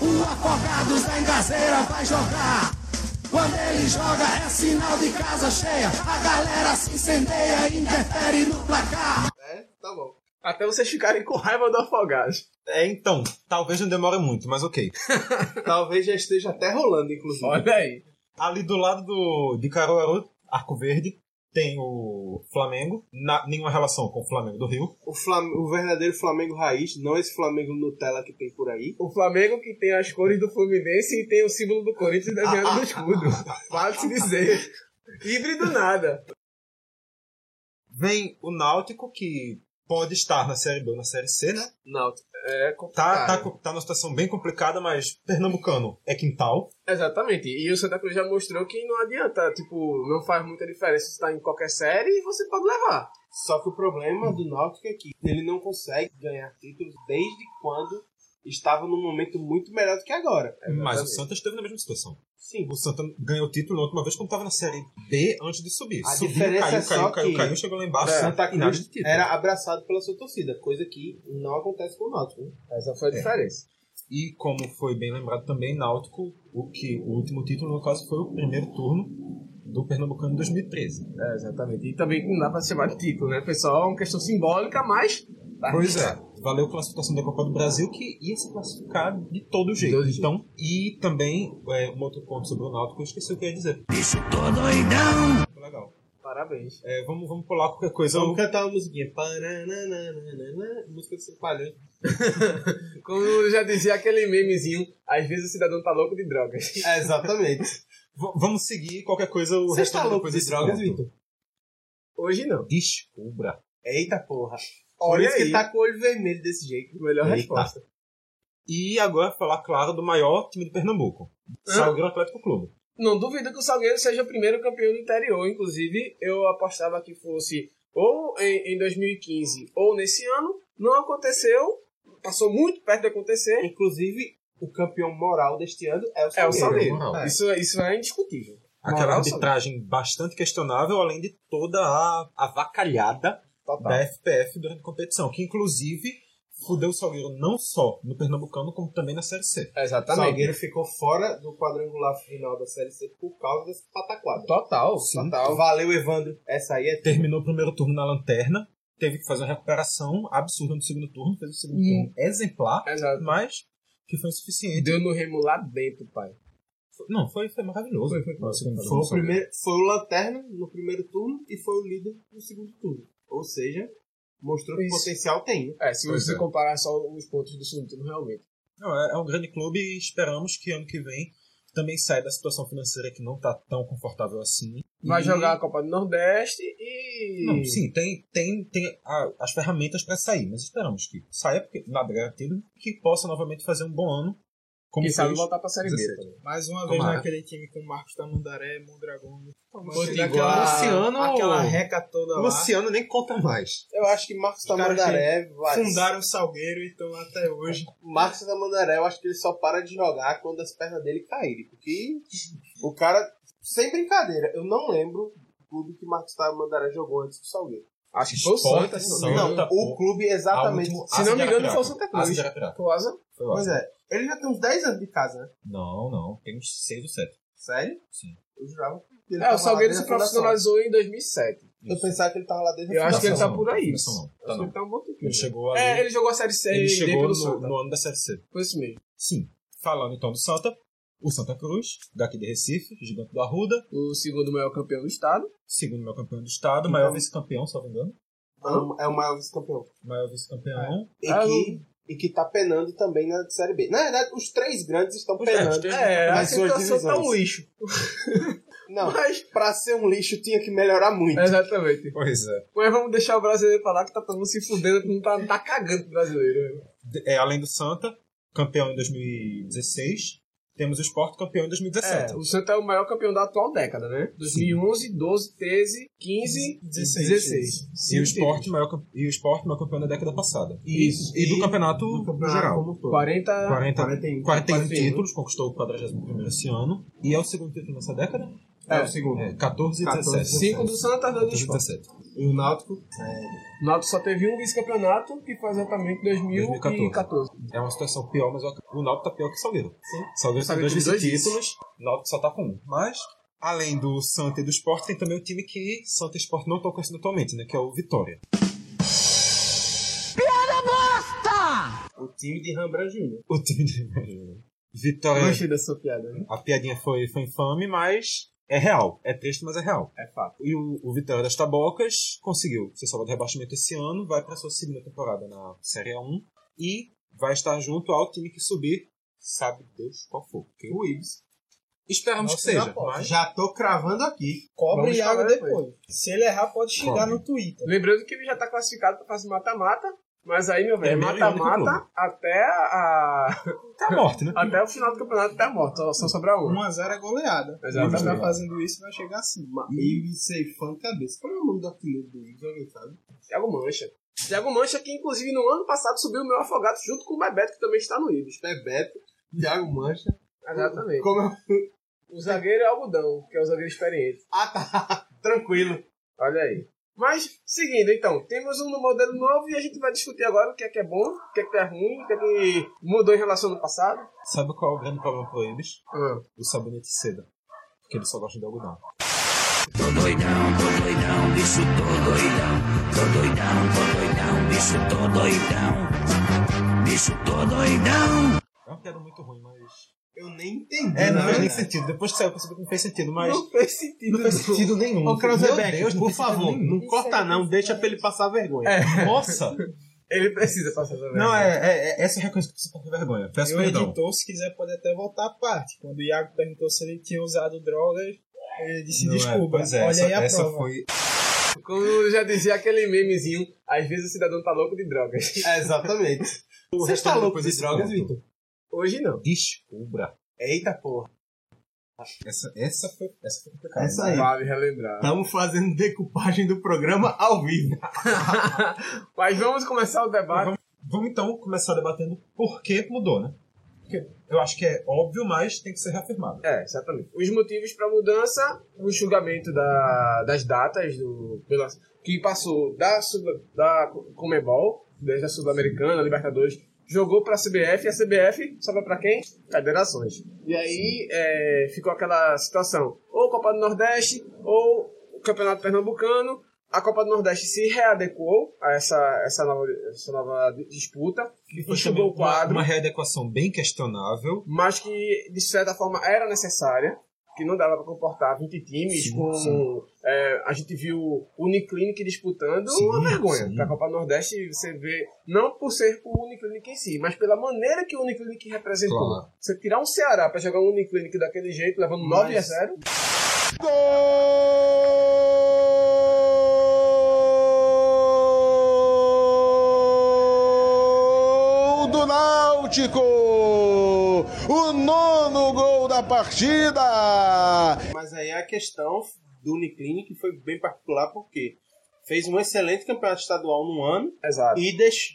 Speaker 1: O Afogados da Engazeira vai jogar. Quando ele joga é sinal de casa cheia. A galera se incendeia e interfere no placar.
Speaker 9: É, tá bom.
Speaker 5: Até vocês ficarem com raiva do Afogados.
Speaker 3: É, então, talvez não demore muito, mas ok.
Speaker 9: Talvez já esteja até rolando, inclusive.
Speaker 5: Olha aí.
Speaker 3: Ali do lado do, de Caruaru, Arco Verde, tem o Flamengo. Na- nenhuma relação com o Flamengo do Rio.
Speaker 9: O, Flam- o verdadeiro Flamengo raiz, não esse Flamengo Nutella que tem por aí.
Speaker 5: O Flamengo que tem as cores do Fluminense e tem o símbolo do Corinthians desenhando
Speaker 9: *laughs*
Speaker 5: no escudo. Vale se dizer. Livre do nada.
Speaker 3: Vem o Náutico, que pode estar na Série B ou na Série C, né?
Speaker 5: Náutico. É
Speaker 3: Tá,
Speaker 5: complicado.
Speaker 3: tá, co- tá numa situação bem complicada, mas pernambucano é quintal.
Speaker 9: tá.
Speaker 5: Exatamente. E o Santa Cruz já mostrou que não adianta, tipo, não faz muita diferença se tá em qualquer série e você pode levar.
Speaker 9: Só que o problema do Náutico é que ele não consegue ganhar títulos desde quando estava num momento muito melhor do que agora.
Speaker 3: Mas o
Speaker 5: Exatamente.
Speaker 3: Santa esteve na mesma situação.
Speaker 9: Sim.
Speaker 3: O Santa ganhou o título na última vez quando estava na Série B antes de subir.
Speaker 9: A
Speaker 3: Subiu, caiu,
Speaker 9: diferença é
Speaker 3: caiu,
Speaker 9: só
Speaker 3: caiu, caiu,
Speaker 9: que-
Speaker 3: chegou lá
Speaker 9: O
Speaker 5: É,
Speaker 3: embaixo.
Speaker 9: Santa
Speaker 3: e nada de
Speaker 9: Cruz
Speaker 3: título.
Speaker 9: era abraçado pela sua torcida, coisa que não acontece com o Náutico. né?
Speaker 5: Essa foi a diferença.
Speaker 3: E como foi bem lembrado também, Náutico, o que o último título, no caso, foi o primeiro turno do Pernambucano em 2013.
Speaker 5: É, exatamente. E também não dá pra chamar de título, né? Foi só uma questão simbólica, mas. tá.
Speaker 3: Pois é, valeu a classificação da Copa do Brasil, que ia se classificar de todo jeito.
Speaker 5: todo jeito.
Speaker 3: então, e também, é, um outro ponto sobre o Náutico, eu esqueci o que eu ia dizer.
Speaker 1: Bicho, tô doidão!
Speaker 3: Legal.
Speaker 5: Parabéns.
Speaker 3: É, vamos, vamos pular qualquer coisa.
Speaker 9: Vamos cantar uma musiquinha. Parananana, música do
Speaker 3: *laughs*
Speaker 9: palhão.
Speaker 5: Como eu já dizia aquele memezinho, às vezes o cidadão tá louco de drogas. *laughs*
Speaker 9: Exatamente.
Speaker 3: É, V- vamos seguir qualquer coisa. O
Speaker 9: Você
Speaker 3: resto
Speaker 9: está
Speaker 3: da
Speaker 9: louco
Speaker 3: coisa
Speaker 9: de drogas, Vitor?
Speaker 5: Hoje não.
Speaker 3: Descubra.
Speaker 9: Eita porra. Por
Speaker 5: Olha
Speaker 9: isso
Speaker 5: aí.
Speaker 9: que tá com o olho vermelho desse jeito.
Speaker 5: Melhor
Speaker 3: Eita.
Speaker 5: resposta.
Speaker 3: E agora falar, claro, do maior time de Pernambuco. Salgueiro Atlético Clube.
Speaker 5: Não duvido que o Salgueiro seja o primeiro campeão do interior. Inclusive, eu apostava que fosse ou em, em 2015 ou nesse ano. Não aconteceu. Passou muito perto de acontecer.
Speaker 9: Inclusive, o campeão moral deste ano é o
Speaker 5: É o
Speaker 9: Salgueiro.
Speaker 5: Salgueiro.
Speaker 3: moral.
Speaker 5: Isso, isso é indiscutível.
Speaker 3: Aquela
Speaker 5: Moral,
Speaker 3: arbitragem bastante questionável, além de toda a avacalhada
Speaker 5: Tá.
Speaker 3: da FPF durante a competição, que inclusive fudeu o Salgueiro não só no Pernambucano, como também na Série C.
Speaker 9: O
Speaker 5: É, Exatamente.
Speaker 9: Salgueiro ficou fora do quadrangular final da Série C por causa dessa pataquada.
Speaker 5: Total.
Speaker 9: Total. Valeu, Evandro. Essa aí é
Speaker 3: Terminou o primeiro turno na lanterna, teve que fazer uma recuperação absurda no segundo turno, fez o segundo turno
Speaker 5: Hum.
Speaker 3: exemplar,
Speaker 5: Exato.
Speaker 3: mas que foi insuficiente.
Speaker 5: Deu no remo lá dentro, pai.
Speaker 3: Não, foi, foi maravilhoso. Foi,
Speaker 9: Foi o, primeiro, foi o Lanterna no primeiro turno e foi o líder no segundo turno. Ou seja, mostrou que
Speaker 5: Isso.
Speaker 9: potencial tem. né?
Speaker 5: É, se
Speaker 3: Pois
Speaker 5: você
Speaker 3: é.
Speaker 5: comparar só os pontos do segundo turno, realmente.
Speaker 3: Não, é, é um grande clube e esperamos que ano que vem também saia da situação financeira que não tá tão confortável assim.
Speaker 5: Vai
Speaker 3: E-
Speaker 5: jogar a Copa do Nordeste e.
Speaker 3: Não, sim, tem, tem, tem a- as ferramentas para sair, mas esperamos que saia, porque nada é garantido, que possa novamente fazer um bom ano
Speaker 5: Quem sabe
Speaker 11: fez?
Speaker 5: voltar pra Série B
Speaker 11: 17.
Speaker 5: também.
Speaker 12: Mais uma
Speaker 5: Tomara.
Speaker 12: vez naquele time com Marcos Tamandaré, Mondragão.
Speaker 5: Potiguar,
Speaker 1: Luciano-
Speaker 12: Aquela reca toda lá.
Speaker 1: Luciano nem conta mais.
Speaker 12: Eu acho que Marcos
Speaker 1: Tamandaré vai-
Speaker 12: Fundaram o Salgueiro e estão até hoje.
Speaker 1: O Marcos Tamandaré, eu acho que ele só para de jogar quando as pernas dele caírem. Porque o cara, sem brincadeira, eu não lembro o clube que Marcos Tamandaré jogou antes do Salgueiro.
Speaker 5: Acho que foi o
Speaker 1: Esporte,
Speaker 5: Santa.
Speaker 1: Santa. Não, tá- o clube exatamente.
Speaker 5: A última- Se não me engano, foi o Santa Cruz.
Speaker 1: Asa de
Speaker 3: Arapiraca.
Speaker 5: Foi o Asa?
Speaker 3: Foi o
Speaker 1: Pois
Speaker 3: Asa.
Speaker 1: é. Ele já tem uns 10 anos de casa, né?
Speaker 3: Não, não. Tem uns 6 ou 7.
Speaker 1: Sério?
Speaker 3: Sim.
Speaker 1: Eu jurava. que ele
Speaker 5: É,
Speaker 1: tava
Speaker 5: o Salgueiro
Speaker 1: lá
Speaker 5: se
Speaker 1: desde a fundação.
Speaker 5: profissionalizou em 2007.
Speaker 1: Eu pensava que ele tava lá desde a
Speaker 5: Eu acho que ele
Speaker 1: fundação.
Speaker 5: tá por aí.
Speaker 3: Não, não.
Speaker 5: Eu acho que ele tá um bom tempinho.
Speaker 3: Ele chegou ali.
Speaker 5: É, ele jogou a Série C
Speaker 3: Ele
Speaker 5: e
Speaker 3: chegou
Speaker 5: pelo
Speaker 3: no,
Speaker 5: Santa.
Speaker 3: no ano da Série C.
Speaker 5: Foi isso mesmo.
Speaker 3: Sim. Falando então do Santa, o Santa Cruz, daqui de Recife, gigante do Arruda.
Speaker 5: O segundo maior campeão do estado.
Speaker 3: Segundo maior campeão do estado, maior vice-campeão, se não me engano.
Speaker 1: Não, É o maior vice-campeão.
Speaker 3: Maior vice-campeão.
Speaker 1: E,
Speaker 5: Ah,
Speaker 1: que, e que tá penando também na Série B. Na verdade, os três grandes estão
Speaker 5: três
Speaker 1: penando.
Speaker 5: grandes. É, a
Speaker 1: nas suas
Speaker 5: situação tá
Speaker 1: divisões.
Speaker 5: um lixo.
Speaker 1: Não, pra ser um lixo tinha que melhorar muito.
Speaker 5: Exatamente.
Speaker 3: Pois é.
Speaker 5: Mas vamos deixar o brasileiro pra lá que tá todo mundo se fudendo, não tá, tá cagando pro brasileiro. né?
Speaker 3: De- é, além do Santa, campeão em 2016, temos o Sport campeão em 2017.
Speaker 5: É, o Santa é o maior campeão da atual década, né? 2011, 12, 13, 15, 16. 16.
Speaker 3: E o Sport maior, cam- e o Sport maior campeão da década passada. E,
Speaker 5: Isso.
Speaker 3: e do campeonato um no geral.
Speaker 5: todo. 40
Speaker 3: 40, 41, títulos, conquistou o 41 esse ano. E é o segundo título nessa década?
Speaker 5: É.
Speaker 3: É, 14 e 17.
Speaker 5: 5 do Santa, 2 do
Speaker 3: 14 e
Speaker 5: Sport.
Speaker 3: 17.
Speaker 1: E o Náutico?
Speaker 5: O Náutico só teve um vice-campeonato, que foi exatamente 2014.
Speaker 3: 2014. É uma situação pior, mas o Náutico tá pior que o Salgueiro. Sim. Salgueiro tem dois
Speaker 5: Salgueiro tem dois
Speaker 3: vice-títulos, o Náutico só tá com um. Mas, além do Santa e do Sport, tem também o time que Santa e Sport não estão conhecendo atualmente, né? Que é o Vitória.
Speaker 13: Piada bosta!
Speaker 1: O time de Rambran Júnior.
Speaker 3: O time de Vitória.
Speaker 5: Gostei dessa piada. né?
Speaker 3: A piadinha foi, foi infame, mas é real. É triste, mas é real.
Speaker 5: É fato.
Speaker 3: E o, o Vitória das Tabocas conseguiu ser salvo do rebaixamento esse ano, vai para sua segunda temporada na Série A1 e vai estar junto ao time que subir, sabe Deus qual for. porque
Speaker 1: O Ibis.
Speaker 3: Esperamos
Speaker 12: Nossa,
Speaker 3: que seja.
Speaker 12: já pode.
Speaker 3: mas-
Speaker 1: Já tô cravando aqui.
Speaker 12: Cobre
Speaker 5: Vamos
Speaker 12: e água
Speaker 5: falar
Speaker 12: depois. Se ele errar, pode xingar
Speaker 3: Cobre.
Speaker 12: no Twitter.
Speaker 5: Lembrando que ele já tá classificado pra fazer mata-mata, mas aí, meu
Speaker 3: É
Speaker 5: velho,
Speaker 3: meio irônico,
Speaker 5: mata-mata até a...
Speaker 3: Tá morte, né?
Speaker 5: até o final do campeonato tá morto, só- só sobrar um.
Speaker 12: 1x0 é goleada. Se
Speaker 5: Exatamente.
Speaker 12: ele tá fazendo isso, vai chegar assim.
Speaker 1: Ibis ceifando cabeça. Qual é o nome do apelido do Ibis? Alguém sabe?
Speaker 5: Thiago Mancha. Thiago Mancha, que inclusive no ano passado subiu o meu afogado junto com o Bebeto, que também está no Ibis.
Speaker 1: Bebeto, Thiago Mancha.
Speaker 5: Exatamente.
Speaker 1: Como é o-
Speaker 5: O zagueiro é Algodão, que é o zagueiro experiente.
Speaker 1: Ah, tá. *laughs* Tranquilo.
Speaker 5: Olha aí. Mas, seguindo, então, temos um modelo novo e a gente vai discutir agora o que é que é bom, o que é que é ruim, o que é que mudou em relação ao ano passado.
Speaker 3: Sabe qual é o grande problema pro Ibis? O sabonete seda. Porque ele só gosta de algodão.
Speaker 14: Tô doidão, tô doidão, bicho, tô doidão. Tô doidão, tô doidão, bicho, tô doidão. Bicho, tô doidão.
Speaker 3: É uma piada muito ruim, mas.
Speaker 1: Eu nem entendi.
Speaker 3: É, não
Speaker 1: né?
Speaker 3: fez nem sentido. Depois que saiu, eu percebi que não fez sentido, mas.
Speaker 1: Não fez sentido.
Speaker 3: Não fez sentido nenhum.
Speaker 1: Ô,
Speaker 3: Meu
Speaker 1: Krausebeck,
Speaker 3: Deus, é não
Speaker 1: por
Speaker 3: fez sentido
Speaker 1: favor,
Speaker 3: nenhum. É.
Speaker 1: não
Speaker 5: é
Speaker 1: corta não, deixa pra ele passar vergonha.
Speaker 3: Nossa!
Speaker 5: Ele precisa passar também.
Speaker 3: Não, é, é, é essa é a coisa que você tá com vergonha. Peço
Speaker 12: E o
Speaker 3: perdão.
Speaker 12: editor, se quiser, pode até voltar à parte. Quando o Iago perguntou se ele tinha usado drogas, ele disse
Speaker 3: Não é,
Speaker 12: desculpa.
Speaker 3: pois é,
Speaker 12: olha
Speaker 3: essa,
Speaker 12: aí a
Speaker 3: essa
Speaker 12: prova.
Speaker 3: foi.
Speaker 5: Como já dizia aquele memezinho, às vezes o cidadão tá louco de drogas.
Speaker 1: *laughs* É, exatamente. Você está louco de drogas, Vitor?
Speaker 5: Hoje não.
Speaker 3: Descubra.
Speaker 1: Eita porra.
Speaker 3: Essa, essa foi. Essa foi complicada.
Speaker 1: Essa aí.
Speaker 5: Vale relembrar. *laughs*
Speaker 1: Estamos fazendo decupagem do programa ao vivo.
Speaker 5: Mas vamos começar o debate.
Speaker 3: Vamos então começar debatendo por que mudou, né? Porque eu acho que é óbvio, mas tem que ser reafirmado.
Speaker 5: É, exatamente. Os motivos para mudança, o julgamento da- das datas do, pela- que passou da, Sul- da Comebol, desde a Sul-Americana, Libertadores, jogou para a CBF e a CBF sobra para quem? Federações. E aí é, ficou aquela situação: ou Copa do Nordeste, ou o Campeonato Pernambucano. A Copa do Nordeste se readequou a essa, essa, nova, essa nova disputa, enxugou
Speaker 3: também
Speaker 5: o
Speaker 3: uma,
Speaker 5: quadro
Speaker 3: uma readequação bem questionável.
Speaker 5: mas que de certa forma era necessária, que não dava para comportar 20 times,
Speaker 3: Sim,
Speaker 5: com
Speaker 3: sim.
Speaker 5: é, a gente viu o Uniclinic disputando
Speaker 3: Sim,
Speaker 5: uma vergonha.
Speaker 3: sim.
Speaker 5: Na Copa Nordeste você vê, não por ser o Uniclinic em si, mas pela maneira que o Uniclinic representou.
Speaker 3: Claro.
Speaker 5: Você tirar um Ceará para jogar um Uniclinic daquele jeito, levando 9 a 0,
Speaker 15: Gol do Náutico!
Speaker 4: Paulo, o nono gol da partida.
Speaker 16: Mas aí a questão do Uniclinic foi bem particular porque fez um excelente campeonato estadual num ano
Speaker 3: Exato.
Speaker 16: e deix-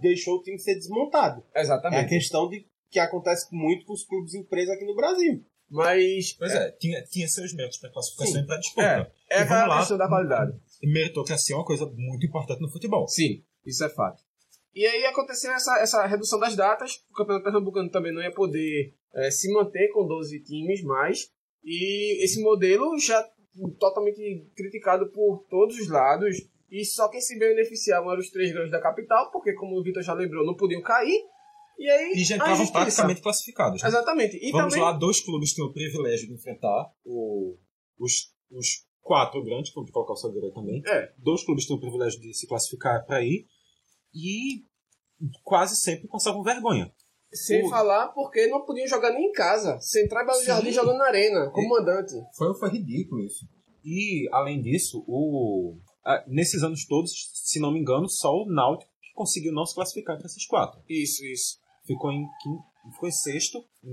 Speaker 16: deixou o time ser desmontado.
Speaker 3: Exatamente.
Speaker 16: É a questão de que acontece muito com os clubes empresa aqui no Brasil.
Speaker 5: Mas.
Speaker 3: Pois é, tinha, tinha seus méritos para classificação
Speaker 16: Sim.
Speaker 3: e para disputa.
Speaker 16: É, é
Speaker 3: E
Speaker 16: aquela
Speaker 3: vamos lá,
Speaker 16: questão da qualidade.
Speaker 3: Meritocracia é uma coisa muito importante no futebol.
Speaker 5: Sim,
Speaker 3: isso é fato.
Speaker 5: E aí aconteceu essa, essa redução das datas, o Campeonato Pernambucano também não ia poder eh, se manter com 12 times mais, e esse modelo já totalmente criticado por todos os lados, e só quem se beneficiavam eram os três grandes da capital, porque como o Vitor já lembrou, não podiam cair, e aí
Speaker 3: E já
Speaker 5: a
Speaker 3: estavam
Speaker 5: justiça.
Speaker 3: praticamente classificados. né?
Speaker 5: Exatamente, é e
Speaker 3: Vamos
Speaker 5: também...
Speaker 3: lá, dois clubes têm o privilégio de enfrentar o- os, os quatro grandes, como colocar o Salgueiro também.
Speaker 5: É.
Speaker 3: Dois clubes têm o privilégio de se classificar para ir e quase sempre passavam vergonha.
Speaker 5: Sem
Speaker 3: O-
Speaker 5: falar porque não podiam jogar nem em casa. Central e Belo
Speaker 3: Sim.
Speaker 5: Jardim jogando na arena, comandante.
Speaker 3: Foi, foi ridículo isso. E, além disso, o, a- nesses anos todos, se não me engano, só o Náutico que conseguiu não se classificar para esses quatro.
Speaker 5: Isso, isso.
Speaker 3: Ficou em, quinto, ficou em sexto em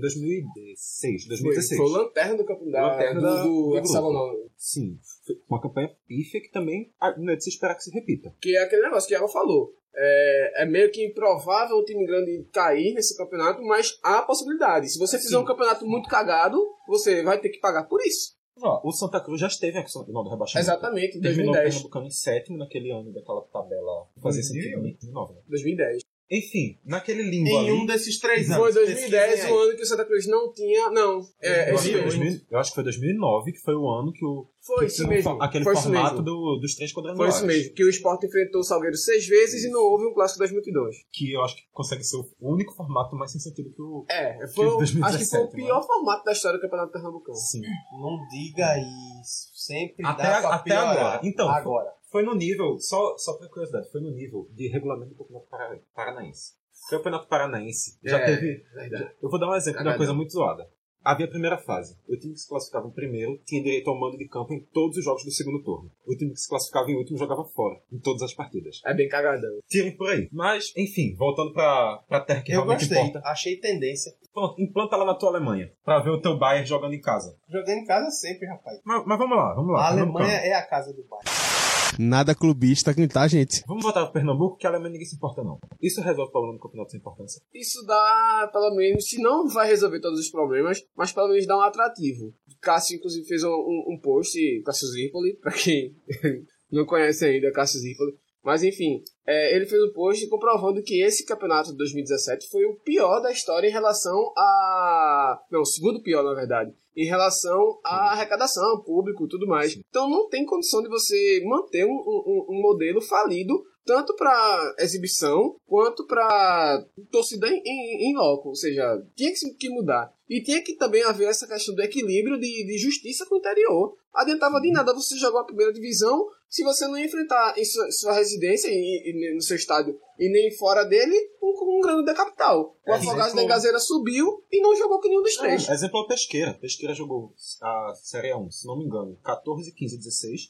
Speaker 3: 2016.
Speaker 5: Foi,
Speaker 3: 2016.
Speaker 5: foi o lanterna do campeonato da,
Speaker 3: Lanterna
Speaker 5: do,
Speaker 3: da-
Speaker 5: do
Speaker 3: do
Speaker 5: hexagonal.
Speaker 3: Sim, foi uma campanha pífia que também ah, não é de se esperar que se repita.
Speaker 5: Que é aquele negócio que ela falou. É, é meio que improvável o time grande cair nesse campeonato, mas há possibilidade. Se você fizer um campeonato muito cagado, você vai ter que pagar por isso.
Speaker 3: Ó, o Santa Cruz já esteve na final do rebaixamento.
Speaker 5: Exatamente, em
Speaker 3: Terminou o
Speaker 5: 2010.
Speaker 3: Pernambucano em sétimo naquele ano daquela tabela. que Fazia sentido. 2009, né?
Speaker 5: 2010.
Speaker 3: Enfim, naquele limbo
Speaker 16: Em
Speaker 3: ali-
Speaker 16: um desses três anos.
Speaker 5: Foi 2010
Speaker 16: Pesquisem
Speaker 5: o
Speaker 16: aí.
Speaker 5: um ano que o Santa Cruz não tinha. Não, é, é
Speaker 3: eu, acho
Speaker 5: esse
Speaker 3: que foi
Speaker 5: mesmo.
Speaker 3: 2000 eu acho que foi 2009, que foi o ano que o.
Speaker 5: Foi
Speaker 3: que
Speaker 5: isso
Speaker 3: tinha o
Speaker 5: mesmo,
Speaker 3: fo- Aquele
Speaker 5: foi isso
Speaker 3: formato
Speaker 5: mesmo.
Speaker 3: do- dos três
Speaker 5: Foi
Speaker 3: quadrangulares.
Speaker 5: isso mesmo, que o Sport enfrentou o Salgueiro seis vezes e não houve um clássico das multidões.
Speaker 3: Que eu acho que consegue ser o único formato mais sem sentido que o.
Speaker 5: É, foi, o- acho que foi o
Speaker 3: 2017,
Speaker 5: pior formato da história do Campeonato Pernambucano.
Speaker 3: Sim.
Speaker 16: Não diga isso. Sempre
Speaker 3: Até,
Speaker 16: dá pra
Speaker 3: até
Speaker 16: piorar.
Speaker 3: agora. Então,
Speaker 16: agora.
Speaker 3: Foi no nível, só, só pra curiosidade, foi no nível de regulamento do Campeonato Para- Paranaense. O Campeonato Paranaense já
Speaker 5: É,
Speaker 3: teve.
Speaker 5: verdade.
Speaker 3: Eu vou dar um exemplo de
Speaker 5: Verdade.
Speaker 3: uma coisa muito zoada. Havia a primeira fase. O time que se classificava em primeiro tinha direito ao mando de campo em todos os jogos do segundo turno. O time que se classificava em último jogava fora, em todas as partidas.
Speaker 5: É bem cagadão.
Speaker 3: Tirem por aí. Mas, enfim, voltando pra, pra terra que
Speaker 16: Eu
Speaker 3: realmente
Speaker 16: gostei.
Speaker 3: importa.
Speaker 16: Achei tendência.
Speaker 3: Pronto, implanta lá na tua Alemanha, pra ver o teu Bayern jogando em casa.
Speaker 16: Jogando em casa sempre, rapaz.
Speaker 3: Mas, mas vamos lá, vamos lá.
Speaker 16: A
Speaker 3: Pernambucano.
Speaker 16: Alemanha é a casa do bairro.
Speaker 4: Nada clubista aqui, tá, gente?
Speaker 3: Vamos voltar pra Pernambuco, que a Alemanha ninguém se importa, não. Isso resolve o problema do campeonato sem importância.
Speaker 5: Isso dá, pelo menos, se não vai resolver todos os problemas, mas pelo menos dá um atrativo. Cássio, inclusive, fez um, um, um post, Cássio Zirpoli, pra quem *laughs* não conhece ainda Cássio Zirpoli. Mas, enfim, é, ele fez um post comprovando que esse campeonato de 2017 foi o pior da história em relação a... Não, o segundo pior, na verdade. Em relação à arrecadação, público e tudo mais. Então, não tem condição de você manter um, um- um modelo falido tanto para exibição quanto para torcida em, em, em loco, ou seja, tinha que, se- que mudar. E tinha que também haver essa questão do equilíbrio de, de justiça com o interior. Adiantava de nada você jogar a primeira divisão se você não enfrentar em sua, sua residência, e, e- e no seu estádio, e nem fora dele, um, um grande da capital. O
Speaker 3: É,
Speaker 5: Afogados
Speaker 3: exemplo-
Speaker 5: da Engazeira subiu e não jogou com nenhum dos três.
Speaker 3: Ah, exemplo é o Pesqueira. Pesqueira jogou a Série 1, se não me engano, 14, 15, 16.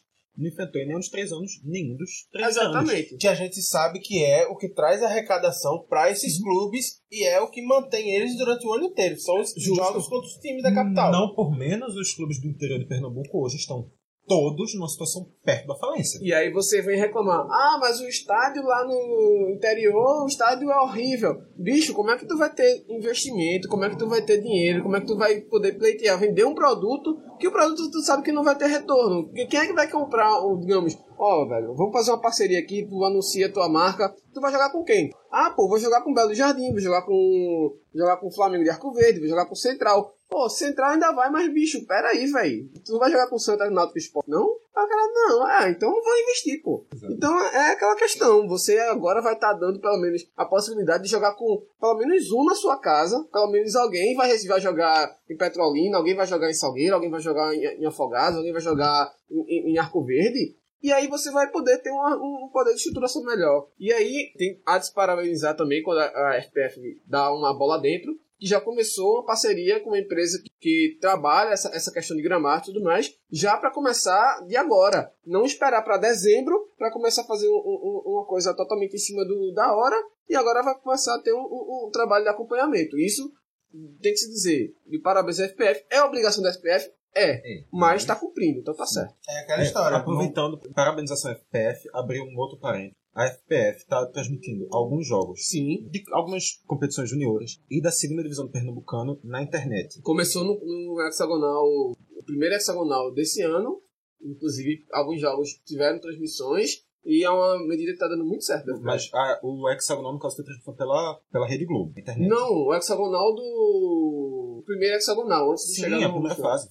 Speaker 3: Não enfrentou em nenhum dos três anos, nenhum dos três anos.
Speaker 5: Exatamente.
Speaker 16: Que a gente sabe que é o que traz arrecadação pra esses clubes e é o que mantém eles durante o ano inteiro. São os
Speaker 3: Justo.
Speaker 16: jogos contra os times da capital.
Speaker 3: Não por menos, os clubes do interior de Pernambuco hoje estão todos numa situação perto da falência.
Speaker 5: E aí você vem reclamar: ah, mas o estádio lá no interior, o estádio é horrível. Bicho, como é que tu vai ter investimento? Como é que tu vai ter dinheiro? Como é que tu vai poder pleitear, vender um produto que o produto tu sabe que não vai ter retorno? Que- Quem é que vai comprar, o- digamos, ó, velho, vamos fazer uma parceria aqui, tu anuncia a tua marca, tu vai jogar com quem? Ah, pô, vou jogar com Belo Jardim, vou jogar com jogar com o Flamengo de Arco Verde, vou jogar com o Central. Pô, Central ainda vai, mas bicho, peraí, velho. Tu não vai jogar com o Santa Náutico Esporte, não? Ah, cara, não. Ah, então eu vou investir, pô. Então é aquela questão. Você agora vai estar dando pelo menos a possibilidade de jogar com pelo menos um na sua casa. Pelo menos alguém vai, vai jogar em Petrolina, alguém vai jogar em Salgueiro, alguém vai jogar em, em Afogados, alguém vai jogar em- em- em Arco Verde. E aí você vai poder ter uma- um, um poder de estruturação melhor. E aí tem a desparabilizar também quando a, a RPF dá uma bola dentro, que já começou uma parceria com uma empresa que, que trabalha essa, essa questão de gramado e tudo mais, já para começar de agora. Não esperar para dezembro para começar a fazer um- um- um- uma coisa totalmente em cima do, da hora, e agora vai começar a ter um, um- um trabalho de acompanhamento. Isso tem que se dizer, e parabéns à FPF, é obrigação da FPF? É, mas tá cumprindo, então tá certo.
Speaker 17: É aquela história.
Speaker 3: Aproveitando, parabenização à FPF, abriu um outro parente. A FPF está tá transmitindo alguns jogos, sim, de algumas competições junioras e da segunda divisão do Pernambucano na internet.
Speaker 5: Começou no, no hexagonal, o primeiro hexagonal desse ano, inclusive alguns jogos tiveram transmissões, e é uma medida que tá dando muito certo. da FPF.
Speaker 3: Mas a- o hexagonal, no caso, foi transmitido pela, pela Rede Globo, na internet.
Speaker 5: Não, o hexagonal do. Primeiro hexagonal, antes de
Speaker 3: Sim,
Speaker 17: é
Speaker 5: chegar
Speaker 3: a
Speaker 5: no
Speaker 3: primeira
Speaker 5: Mundial.
Speaker 3: fase.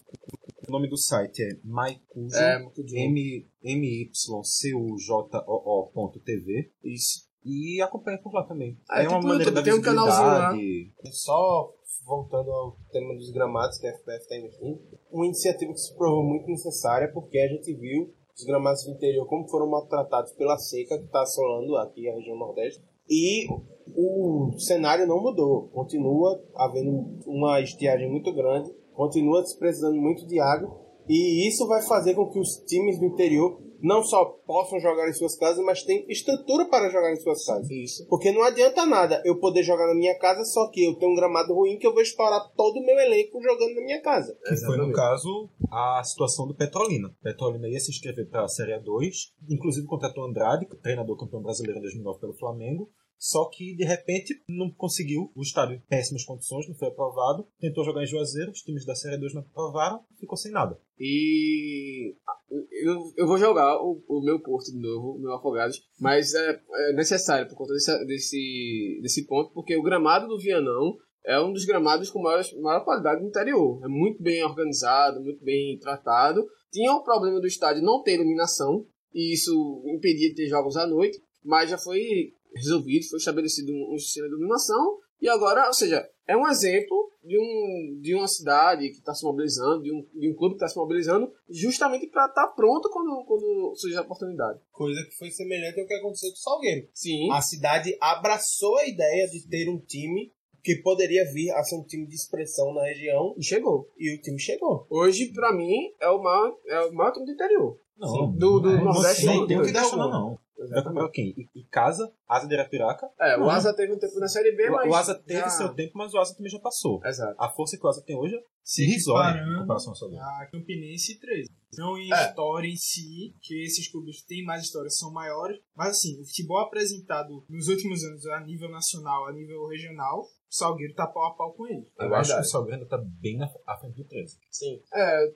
Speaker 3: O nome do site é mycujo,
Speaker 5: É, Mycujo.
Speaker 3: M- mycujoo.tv. Isso. E acompanha por lá também.
Speaker 17: Ah,
Speaker 3: é
Speaker 17: tem
Speaker 3: uma
Speaker 17: pro
Speaker 3: maneira
Speaker 17: YouTube,
Speaker 3: da
Speaker 17: tem um canalzinho lá. É
Speaker 3: visibilidade.
Speaker 17: Só voltando ao tema dos gramados que a FPF está investindo, uma iniciativa um que se provou muito necessária, porque a gente viu os gramados do interior como foram maltratados pela seca que está assolando aqui a região Nordeste, e o cenário não mudou. Continua havendo uma estiagem muito grande, continua se precisando muito de água, e isso vai fazer com que os times do interior não só possam jogar em suas casas, mas tenham estrutura para jogar em suas casas.
Speaker 5: Isso.
Speaker 17: Porque não adianta nada eu poder jogar na minha casa, só que eu tenho um gramado ruim que eu vou estourar todo o meu elenco jogando na minha casa.
Speaker 5: É,
Speaker 3: Que foi, no caso, a situação do Petrolina. Petrolina ia se inscrever para a Série 2, inclusive contratou Andrade, treinador campeão brasileiro em 2009 pelo Flamengo, só que, de repente, não conseguiu. O estádio em péssimas condições, não foi aprovado. Tentou jogar em Juazeiro, os times da Série 2 não aprovaram, ficou sem nada.
Speaker 5: E eu, eu vou jogar o, o meu Porto de novo, o meu Afogados, mas é, é necessário por conta desse, desse, desse ponto, porque o gramado do Vianão é um dos gramados com maior, maior qualidade do interior. É muito bem organizado, muito bem tratado. Tinha o problema do estádio não ter iluminação, e isso impedia de ter jogos à noite, mas já foi resolvido, foi estabelecido um, um sistema de iluminação, e agora, ou seja, é um exemplo de, um, de uma cidade que está se mobilizando, de um, de um clube que está se mobilizando, justamente para estar pronto quando, quando surge a oportunidade.
Speaker 17: Coisa que foi semelhante ao que aconteceu com o Salgueiro.
Speaker 5: Sim.
Speaker 17: A cidade abraçou a ideia de ter um time que poderia vir a ser um time de expressão na região.
Speaker 5: E chegou.
Speaker 17: E o time chegou.
Speaker 5: Hoje, para mim, é o maior, é o maior time do interior. Sim, do do
Speaker 3: não,
Speaker 5: Nordeste.
Speaker 3: Não
Speaker 5: do-
Speaker 3: tem o que
Speaker 5: do-
Speaker 3: questionar, não. Vai comprar quem? E, e casa, Asa de Arapiraca?
Speaker 5: É, o
Speaker 3: Não.
Speaker 5: Asa teve um tempo na Série B,
Speaker 3: O-
Speaker 5: mas...
Speaker 3: o Asa teve
Speaker 5: já-
Speaker 3: seu tempo, mas o Asa também já passou.
Speaker 5: Exato.
Speaker 3: A força que o Asa tem hoje é irrisória em comparação ao Salgueiro.
Speaker 5: Ah,
Speaker 16: a Campinense 13. Não em
Speaker 3: É.
Speaker 16: história em si, que esses clubes têm mais história, são maiores, mas assim, o futebol apresentado nos últimos anos a nível nacional, a nível regional, o Salgueiro tá pau a pau com ele.
Speaker 3: Eu acho que o Salgueiro ainda tá bem na à frente do 13.
Speaker 17: Sim.
Speaker 5: É, é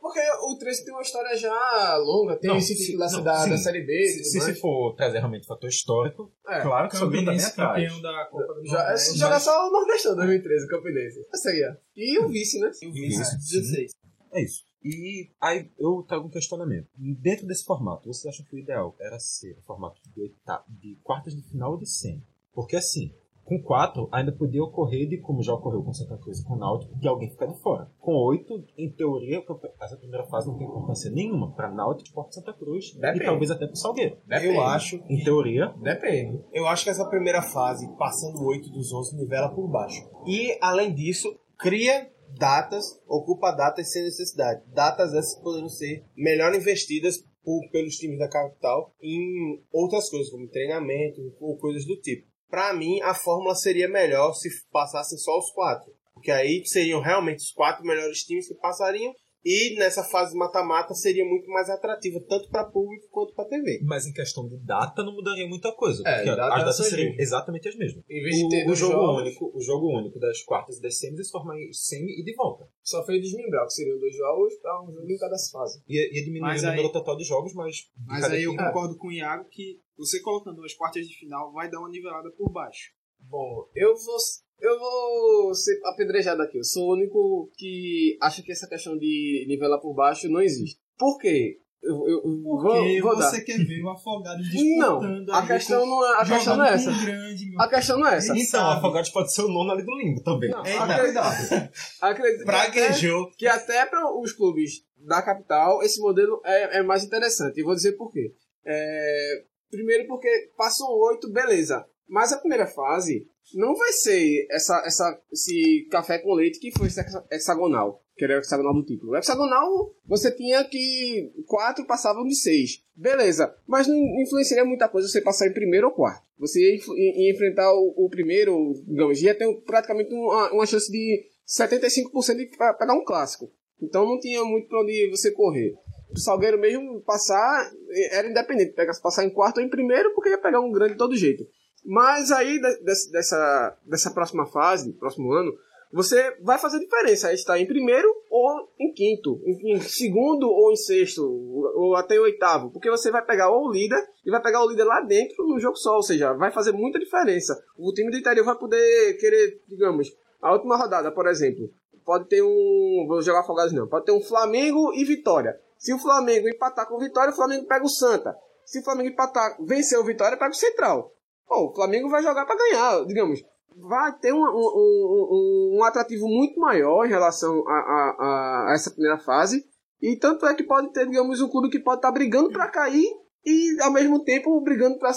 Speaker 5: porque o 13 tem uma história já longa, tem esse título da, da, da Série B.
Speaker 3: Se,
Speaker 5: tudo
Speaker 3: se,
Speaker 5: mais.
Speaker 3: se for trazer realmente fator histórico,
Speaker 5: É,
Speaker 3: claro que o Salgueiro tá bem
Speaker 16: Campinense
Speaker 3: atrás.
Speaker 16: campeão da Copa do
Speaker 5: Já, é
Speaker 16: Nordeste.
Speaker 5: só jogar só o Nordestão 2013, o Campinense. Essa aí, ó. E o vice, né? E o
Speaker 3: vice, sim. É isso. E aí eu trago um questionamento. Dentro desse formato, vocês acham que o ideal era ser o formato de, oita- de quartas de final ou de semi? Porque assim, com quatro ainda podia ocorrer de como já ocorreu com Santa Cruz e com o Náutico, que alguém fica de fora. Com oito, em teoria, o campe- essa primeira fase não tem importância nenhuma para Náutico, Porto Santa Cruz
Speaker 17: Depende.
Speaker 3: e talvez até para Salgueiro.
Speaker 17: Depende. Eu acho.
Speaker 3: Em teoria,
Speaker 5: Depende.
Speaker 17: Eu acho que essa primeira fase, passando o 8 dos 11, nivela tá por baixo. E, além disso, cria datas, ocupa datas sem necessidade. Datas essas que poderiam ser melhor investidas por- pelos times da capital em outras coisas, como treinamento ou coisas do tipo. Pra mim, a fórmula seria melhor se passassem só os quatro. Porque aí seriam realmente os quatro melhores times que passariam. E nessa fase mata-mata seria muito mais atrativa, tanto para público quanto para TV.
Speaker 3: mas em questão de data não mudaria muita coisa.
Speaker 17: É,
Speaker 3: porque
Speaker 17: data
Speaker 3: as datas
Speaker 17: são as
Speaker 3: seriam
Speaker 17: mesmas.
Speaker 3: exatamente as mesmas.
Speaker 5: Em vez de ter
Speaker 3: O, o
Speaker 5: dois
Speaker 3: jogo
Speaker 5: jogos.
Speaker 3: único, o jogo único das quartas e das semis eles formam em semi e de volta.
Speaker 5: Só fez desmembrar, que seriam dois jogos pra um jogo em cada fase.
Speaker 3: Ia, ia diminuir
Speaker 16: Mas
Speaker 3: o
Speaker 16: aí-
Speaker 3: número total de jogos, mas. de
Speaker 16: Mas
Speaker 3: cada
Speaker 16: aí eu
Speaker 3: equipe.
Speaker 16: concordo com o Iago que você colocando as quartas de final vai dar uma nivelada por baixo.
Speaker 5: Bom, eu vou, eu vou ser apedrejado aqui. Eu sou o único que acha que essa questão de nivelar por baixo não existe. Por quê? Eu, eu- eu
Speaker 16: Porque
Speaker 5: vou, vou
Speaker 16: você
Speaker 5: dar.
Speaker 16: quer
Speaker 3: *laughs*
Speaker 16: ver o Afogados disputando
Speaker 5: Não, a
Speaker 16: ali
Speaker 5: questão
Speaker 16: com-
Speaker 5: não é, a questão
Speaker 16: jogando
Speaker 5: não é
Speaker 16: com
Speaker 5: essa.
Speaker 16: um grande, meu
Speaker 5: A questão não é essa.
Speaker 3: Então, o Afogados pode ser o nono ali do limbo também.
Speaker 5: Não,
Speaker 16: é,
Speaker 5: acredito, acredito
Speaker 3: Praguejou.
Speaker 5: que até, que até para os clubes da capital esse modelo é, é mais interessante. E vou dizer por quê. É, primeiro porque passam oito, beleza. Mas a primeira fase não vai ser essa, essa, esse café com leite que foi esse hexa- hexagonal. que era o hexagonal do título. O hexagonal, você tinha que quatro passavam de seis. Beleza, mas não influenciaria muita coisa você passar em primeiro ou quarto. Você ia, influ- ia enfrentar o, o primeiro, digamos, ia ter um, praticamente uma, uma chance de 75% de pe- pegar um clássico. Então não tinha muito pra onde você correr. O Salgueiro mesmo passar eh, era independente, pegar, passar em quarto ou em primeiro, porque ia pegar um grande de todo jeito. Mas aí, de- dessa- dessa, dessa próxima fase, próximo ano, você vai fazer diferença É estar em primeiro ou em quinto, em, em segundo ou em sexto, ou, ou até em oitavo, porque você vai pegar ou o líder e vai pegar o líder lá dentro num jogo só, ou seja, vai fazer muita diferença. O time do interior vai poder querer, digamos, a última rodada, por exemplo, pode ter um. Vou jogar Afogados não, pode ter um Flamengo e Vitória. Se o Flamengo empatar com o Vitória, o Flamengo pega o Santa. Se o Flamengo empatar, vencer o Vitória, pega o Central. Pô, o Flamengo vai jogar para ganhar, digamos vai ter um, um, um, um- um atrativo muito maior em relação a, a, a- a essa primeira fase. E tanto é que pode ter, digamos, um clube que pode estar brigando para cair e, ao mesmo tempo, brigando para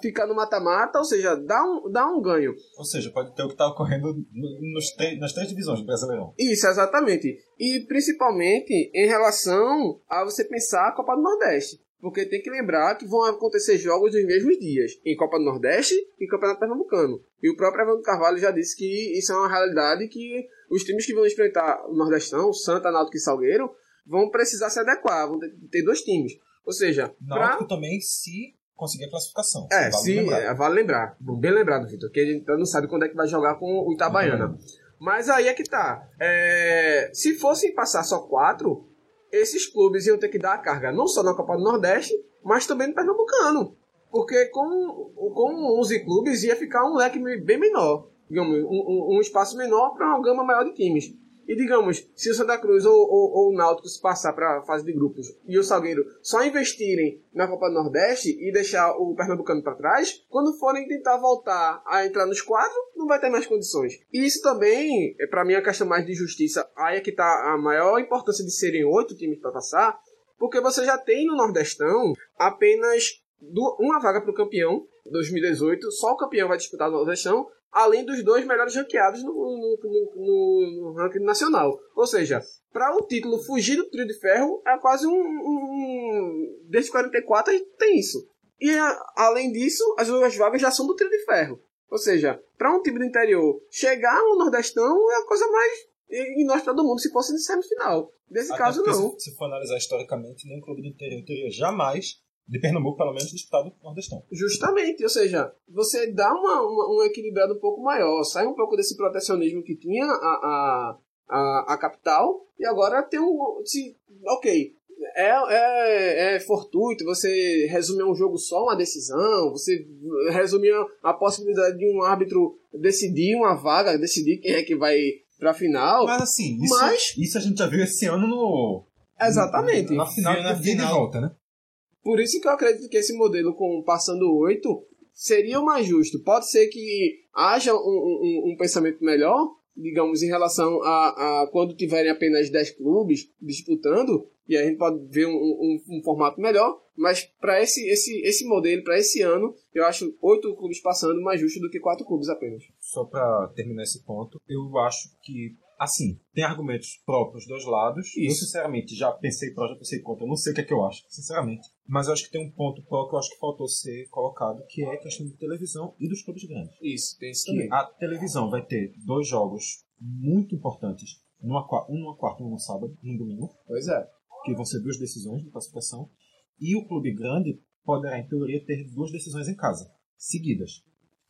Speaker 5: ficar no mata-mata, ou seja, dá um, dá um ganho.
Speaker 3: Ou seja, pode ter o que tá ocorrendo no- nos três- nas três divisões do Brasileirão.
Speaker 5: Isso, exatamente. E principalmente em relação a você pensar a Copa do Nordeste. Porque tem que lembrar que vão acontecer jogos nos mesmos dias, em Copa do Nordeste e Campeonato Pernambucano. E o próprio Evandro Carvalho já disse que isso é uma realidade que os times que vão enfrentar o Nordestão, Santa, Náutico e Salgueiro, vão precisar se adequar, vão ter- ter dois times. Ou seja, pra...
Speaker 3: Náutico também se conseguir a classificação.
Speaker 5: É,
Speaker 3: Vale
Speaker 5: sim,
Speaker 3: lembrar.
Speaker 5: é, vale lembrar. Bem lembrado, Vitor, que a gente não sabe quando é que vai jogar com o
Speaker 3: Uhum.
Speaker 5: Itabaiana. Mas aí é que tá. É, se fossem passar só quatro, esses clubes iam ter que dar a carga não só na Copa do Nordeste, mas também no Pernambucano. Porque com, com 11 clubes ia ficar um leque bem menor. Digamos, um, um- um espaço menor para uma gama maior de times. E digamos, se o Santa Cruz ou, ou, ou o Náutico se passar para a fase de grupos e o Salgueiro só investirem na Copa do Nordeste e deixar o Pernambucano para trás, quando forem tentar voltar a entrar nos quadros, não vai ter mais condições. E isso também, é para mim, é uma questão mais de justiça. Aí é que tá a maior importância de serem oito times para passar, porque você já tem no Nordestão apenas du- uma vaga para o campeão 2018, só o campeão vai disputar o Nordestão, além dos dois melhores ranqueados no, no, no- no- no ranking nacional. Ou seja, para o título fugir do trio de ferro é quase um. um, um desde 44 a gente tem isso. E a- além disso, as duas vagas já são do trio de ferro. Ou seja, para um time do interior chegar no Nordestão é a coisa mais inóspita do mundo se fosse de semifinal. Nesse
Speaker 3: Até
Speaker 5: caso,
Speaker 3: porque
Speaker 5: não.
Speaker 3: Se, se for analisar historicamente, nenhum clube do interior teria jamais, de Pernambuco pelo menos, disputado o Nordestão.
Speaker 5: Justamente, ou seja, você dá uma, uma, uma equilibrada um pouco maior, sai um pouco desse protecionismo que tinha a, a, a, a capital, e agora tem um. Se, ok, é, é, é fortuito, você resumir um jogo só uma decisão, você resumir a possibilidade de um árbitro decidir uma vaga, decidir quem é que vai pra final.
Speaker 3: Mas assim, isso,
Speaker 5: mas-
Speaker 3: isso a gente já viu esse ano no.
Speaker 5: Exatamente.
Speaker 3: Na final,
Speaker 5: Viu na
Speaker 3: na final.
Speaker 5: final.
Speaker 3: de volta, né?
Speaker 5: Por isso que eu acredito que esse modelo com passando oito seria o mais justo. Pode ser que haja um, um- um- um pensamento melhor, digamos, em relação a, a quando tiverem apenas 10 clubes disputando, e aí a gente pode ver um, um- um formato melhor, mas para esse, esse, esse modelo, para esse ano, eu acho oito clubes passando mais justo do que quatro clubes apenas.
Speaker 3: Só pra terminar esse ponto, eu acho que, assim, tem argumentos próprios dos lados. Eu, sinceramente, já pensei pró, já pensei contra. Eu não sei o que é que eu acho, sinceramente. Mas eu acho que tem um ponto pró que eu acho que faltou ser colocado, que é a questão de televisão e dos clubes grandes.
Speaker 5: Isso, tem isso
Speaker 3: que a televisão vai ter dois jogos muito importantes, numa, qua- um numa quarta e um no sábado, e um domingo.
Speaker 5: Pois é.
Speaker 3: Que vão ser duas decisões de classificação. E o clube grande poderá, em teoria, ter duas decisões em casa, seguidas.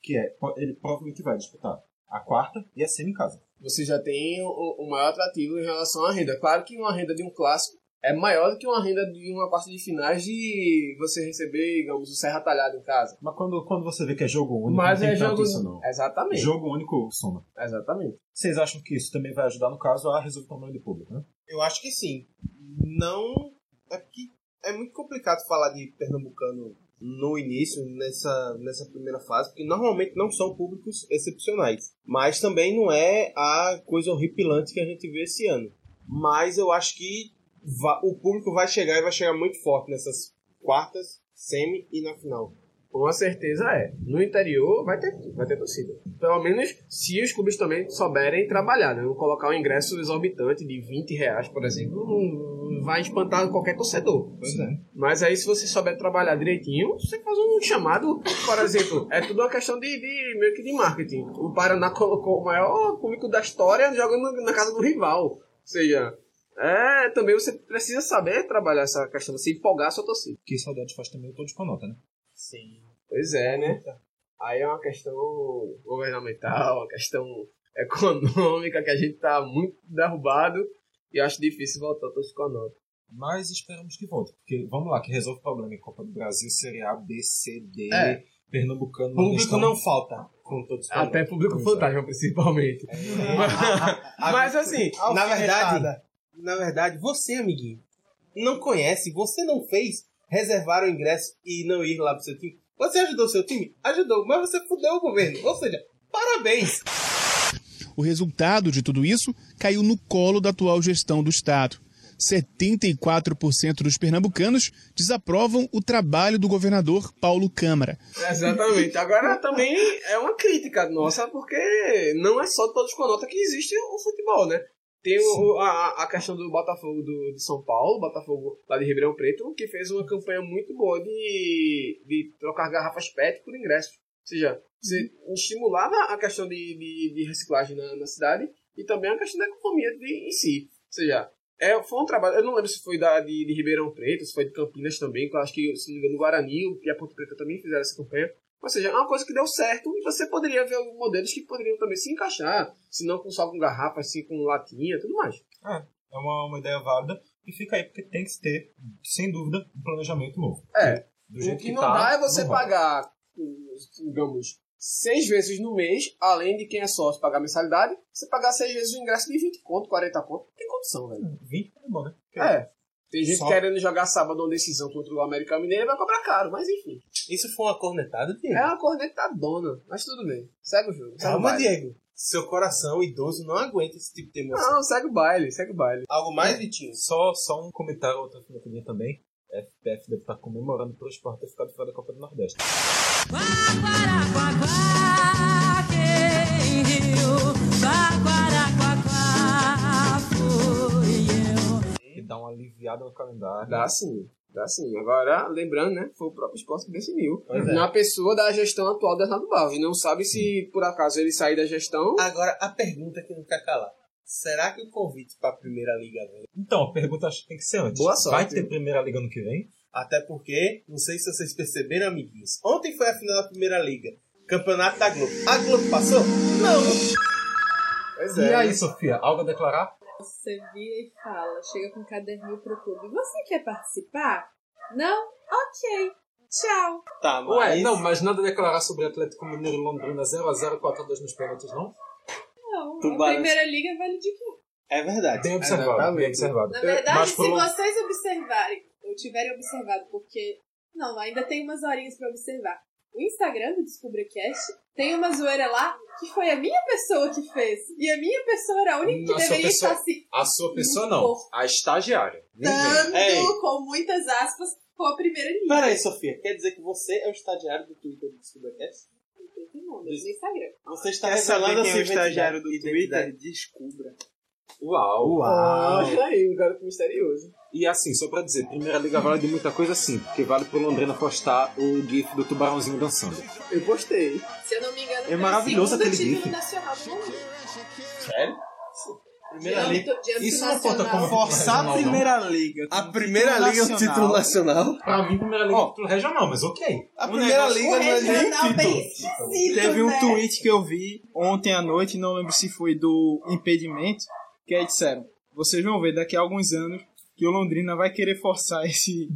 Speaker 3: Que é, po- ele provavelmente vai disputar a quarta e a semi em casa.
Speaker 5: você já tem o, o maior atrativo em relação à renda. Claro que uma renda de um clássico é maior do que uma renda de uma quarta de finais de você receber, digamos, o Serra Talhado em casa.
Speaker 3: Mas quando, quando você vê que é jogo único,
Speaker 5: Mas
Speaker 3: não tem
Speaker 5: é
Speaker 3: tanto
Speaker 5: jogo-
Speaker 3: isso não.
Speaker 5: Exatamente.
Speaker 3: Jogo único soma.
Speaker 5: Exatamente.
Speaker 3: Vocês acham que isso também vai ajudar, no caso, a resolver o problema do público, né?
Speaker 18: Eu acho que sim. Não. É que é muito complicado falar de Pernambucano no início, nessa, nessa primeira fase, porque normalmente não são públicos excepcionais. Mas também não é a coisa horripilante que a gente vê esse ano. Mas eu acho que va- o público vai chegar e vai chegar muito forte nessas quartas, semi e na final.
Speaker 5: Com certeza é. No interior vai ter, vai ter torcida. Pelo menos se os clubes também souberem trabalhar, né? Não colocar um ingresso exorbitante de 20 reais, por exemplo, não vai espantar qualquer torcedor.
Speaker 19: Pois é.
Speaker 5: Mas aí, se você souber trabalhar direitinho, você faz um chamado, por exemplo, é tudo uma questão de, de- meio que de marketing. O Paraná colocou o maior público da história jogando na casa do rival. Ou seja, é, também você precisa saber trabalhar essa questão, você empolgar a sua torcida.
Speaker 3: Que saudade faz também o Todos com Nota, né?
Speaker 5: Sim. Pois é, né? Aí é uma questão governamental, uma questão econômica que a gente tá muito derrubado e acho difícil voltar a torcer com a nota.
Speaker 3: Mas esperamos que volte. Porque vamos lá, que resolve o problema em Copa do Brasil, Série A, B, C, D,
Speaker 5: É.
Speaker 3: Pernambucano,
Speaker 16: Público
Speaker 3: Nordestão.
Speaker 16: não falta. Com todos
Speaker 5: Até público fantasma, principalmente.
Speaker 16: É. *laughs*
Speaker 5: Mas assim,
Speaker 16: na verdade, na verdade, você, amiguinho, não conhece, você não fez reservar o ingresso e não ir lá pro seu time. Você ajudou o seu time? Ajudou, mas você fudeu o governo. Ou seja, parabéns!
Speaker 15: O resultado de tudo isso caiu no colo da atual gestão do Estado. 74% dos pernambucanos desaprovam o trabalho do governador Paulo Câmara.
Speaker 5: Exatamente. Agora também é uma crítica nossa, porque não é só todos com a nota que existe o futebol, né? Tem o, a, a questão do Botafogo do, de São Paulo, Botafogo lá de Ribeirão Preto, que fez uma campanha muito boa de, de trocar garrafas PET por ingressos. Ou seja, você estimulava a questão de, de, de reciclagem na, na cidade e também a questão da economia de, em si. Ou seja, é, foi um trabalho. Eu não lembro se foi da, de, de Ribeirão Preto, se foi de Campinas também, que eu acho que, se não me engano, Guarani e a Ponte Preta também fizeram essa campanha. Ou seja, é uma coisa que deu certo e você poderia ver modelos que poderiam também se encaixar, se não com só com garrafa, assim com latinha tudo mais.
Speaker 3: É, é uma, uma ideia válida. E fica aí, porque tem que ter, sem dúvida, um planejamento novo.
Speaker 5: É.
Speaker 3: Do jeito
Speaker 5: o que,
Speaker 3: que
Speaker 5: não
Speaker 3: tá,
Speaker 5: dá é você
Speaker 3: não vai.
Speaker 5: pagar, digamos, seis vezes no mês, além de quem é sócio pagar mensalidade, você pagar seis vezes o ingresso de 20 conto, 40 conto, não tem condição, velho.
Speaker 3: 20 é bom, né?
Speaker 5: É. Tem gente
Speaker 16: Só-
Speaker 5: querendo jogar sábado uma decisão contra o América Mineiro e vai cobrar caro, mas enfim.
Speaker 16: Isso foi uma cornetada, Diego?
Speaker 5: É uma cornetadona, mas tudo bem. Segue o jogo. Segue o
Speaker 16: Calma,
Speaker 5: baile.
Speaker 16: Diego. Seu coração idoso não aguenta esse tipo de emoção.
Speaker 5: Não, segue o baile, segue o baile.
Speaker 16: Algo mais, Vitinho?
Speaker 3: Só, só um comentário, outra filha também. A FPF deve estar comemorando pelo esporte ter ficado fora da Copa do Nordeste.
Speaker 20: Quem riu, Taquaraquaquá, fui eu.
Speaker 3: E dá uma aliviada no calendário.
Speaker 5: Dá sim, dá sim. Agora, lembrando, né? Foi o próprio esporte que decidiu.
Speaker 3: Pois é.
Speaker 5: Na pessoa da gestão atual do Renato Barros. Não sabe se por acaso ele sair da
Speaker 21: Ah,
Speaker 5: gestão.
Speaker 16: Agora, a pergunta que não quer calar. Será que o convite pra Primeira Liga vem?
Speaker 3: Então, a pergunta acho que tem que ser antes.
Speaker 16: Boa sorte.
Speaker 3: Vai ter Primeira Liga ano que vem?
Speaker 16: Até porque, não sei se vocês perceberam, amiguinhos, ontem foi a final da Primeira Liga. Campeonato da Globo. A Globo passou? Não!
Speaker 5: Pois
Speaker 3: E aí, Sofia, algo a declarar?
Speaker 21: Você vira e fala, chega com um caderninho pro clube. Você quer participar? Não? Ok. Tchau.
Speaker 16: Tá,
Speaker 3: Ué, não, mas nada a declarar sobre Atlético Mineiro e Londrina 0x0, 4x2 nos pênaltis, não?
Speaker 21: Não,
Speaker 3: Tu
Speaker 21: a
Speaker 3: balança.
Speaker 21: primeira liga vale de quê?
Speaker 16: É verdade.
Speaker 3: Bem observado, bem observado.
Speaker 21: Na verdade,
Speaker 3: É, Mas
Speaker 21: se
Speaker 3: por-
Speaker 21: vocês observarem, ou tiverem observado, porque. Não, ainda tem umas horinhas pra observar. O Instagram do DescubraCast tem uma zoeira lá que foi a minha pessoa que fez. E a minha pessoa era a
Speaker 3: A
Speaker 21: única que
Speaker 3: sua
Speaker 21: deveria
Speaker 3: pessoa-
Speaker 21: estar se
Speaker 3: A sua pessoa não, a estagiária.
Speaker 21: dando
Speaker 16: Ei.
Speaker 21: com muitas aspas com a primeira liga.
Speaker 16: Pera aí, Sofia. Quer dizer que você é o estagiário do Twitter do Descubracast?
Speaker 21: Não, mas no Instagram.
Speaker 16: Você está
Speaker 1: Quer saber
Speaker 16: revelando a
Speaker 1: quem é o
Speaker 16: sua
Speaker 1: estagiário
Speaker 16: identidade-
Speaker 1: do
Speaker 16: identidade.
Speaker 1: Twitter? Descubra.
Speaker 3: Uau!
Speaker 5: Olha aí, um garoto misterioso.
Speaker 3: E assim, só pra dizer, Primeira Liga vale de muita coisa sim, porque vale pro Londrina postar o GIF do tubarãozinho dançando.
Speaker 5: Eu postei.
Speaker 21: Se eu não me engano,
Speaker 3: É
Speaker 21: foi o
Speaker 3: maravilhoso
Speaker 21: segundo
Speaker 3: aquele
Speaker 21: título
Speaker 3: GIF.
Speaker 21: nacional do mundo.
Speaker 3: Sério?
Speaker 21: Primeira De liga. âmbito- de âmbito
Speaker 16: Isso não conta
Speaker 21: nacional.
Speaker 16: como
Speaker 21: Forçar a
Speaker 1: primeira
Speaker 16: liga. A
Speaker 1: primeira liga é o título nacional.
Speaker 3: Pra mim, primeira liga é o título regional, mas ok.
Speaker 16: A
Speaker 1: primeira
Speaker 16: Um negócio-
Speaker 1: liga não é nem
Speaker 16: Regional
Speaker 1: título.
Speaker 16: bem esquisito,
Speaker 1: Teve um
Speaker 16: né?
Speaker 1: tweet que eu vi ontem à noite, não lembro se foi do impedimento, que aí disseram: vocês vão ver daqui a alguns anos que o Londrina vai querer forçar esse,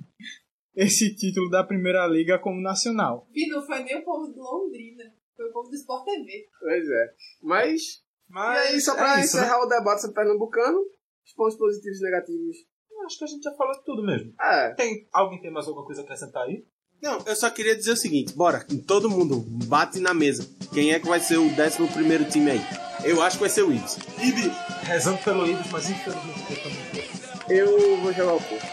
Speaker 1: esse título da primeira liga como nacional.
Speaker 21: E não foi nem o povo de Londrina, foi o povo do Sport TV.
Speaker 5: Pois é. Mas.
Speaker 21: Mas
Speaker 5: e aí, só
Speaker 21: é
Speaker 5: pra
Speaker 21: isso,
Speaker 5: encerrar o debate sobre Pernambucano, os pontos positivos e negativos.
Speaker 3: Acho que a gente já falou de tudo mesmo.
Speaker 5: É.
Speaker 3: Tem, alguém tem mais alguma coisa a acrescentar aí?
Speaker 16: Não, eu só queria dizer o seguinte, bora, todo mundo bate na mesa. Quem é que vai ser o 11 primeiro time aí? Eu acho que vai ser o Ibs.
Speaker 3: Ibi, rezando pelo Ibis, mas infelizmente eu também.
Speaker 5: Eu vou jogar o pouco.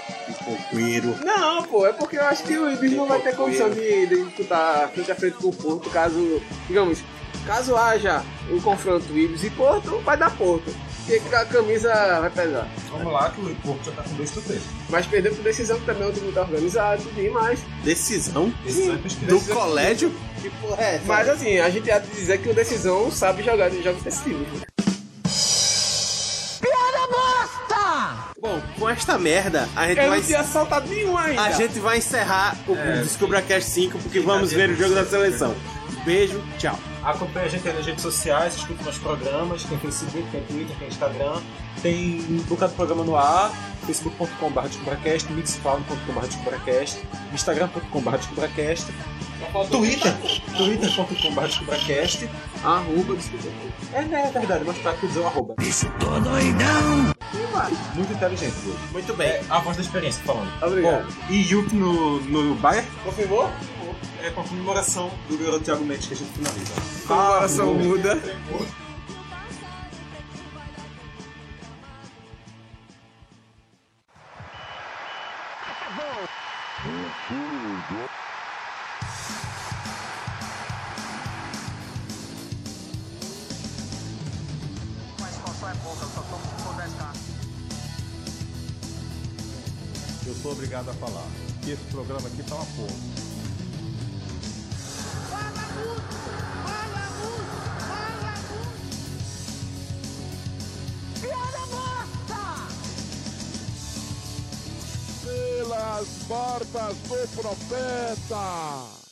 Speaker 16: Poeiro.
Speaker 5: Não, pô, é porque eu acho que o Ibis não vai ter condição de, de disputar frente a frente com o Porto, caso, digamos, caso haja o confronto Ibis e Porto, vai dar Porto. Porque a camisa vai pesar.
Speaker 3: Vamos lá, que o Porto já tá com dois troféus.
Speaker 5: Mas perdeu por decisão, que também é um time que tá organizado, tudo mais.
Speaker 16: Decisão?
Speaker 5: Decisão é pesquisa.
Speaker 16: Do colégio?
Speaker 5: Que porra é essa? Mas assim, a gente há de dizer que o Decisão sabe jogar de jogos decisivos. né?
Speaker 16: Piada bosta! Bom, com esta merda, a gente
Speaker 5: Eu
Speaker 16: vai.
Speaker 5: não tinha soltado nenhum ainda.
Speaker 16: A gente vai encerrar o Descubra Cast 5 porque vamos ver o jogo da seleção. Beijo, tchau.
Speaker 3: Acompanha a gente aí nas redes sociais, escuta meus programas, tem Facebook, tem Twitter, tem Instagram, tem um bocado de programa no ar, facebook.com.br descubracast, mixcloud.com.br descubracast, instagram.com.br descubracast, twitter, twitter.com.br descubracast,
Speaker 5: arroba descubracast.
Speaker 3: É, né, é verdade, mas tá aqui dizer o arroba.
Speaker 16: Isso tô doidão!
Speaker 3: Muito inteligente, Lu.
Speaker 16: Muito bem.
Speaker 3: É, a voz da experiência falando.
Speaker 5: Obrigado.
Speaker 3: Bom, e Yuki no, no Bayer?
Speaker 5: Confirmou?
Speaker 3: É com a comemoração do garoto Thiago Mendes que a gente finaliza.
Speaker 5: Comemoração
Speaker 3: Falou.
Speaker 5: muda.
Speaker 22: Mas qual só é pouca, eu só tomo se for 10k.
Speaker 23: Eu sou obrigado a falar que esse programa aqui tá uma porra.
Speaker 6: Pelas bordas do profeta.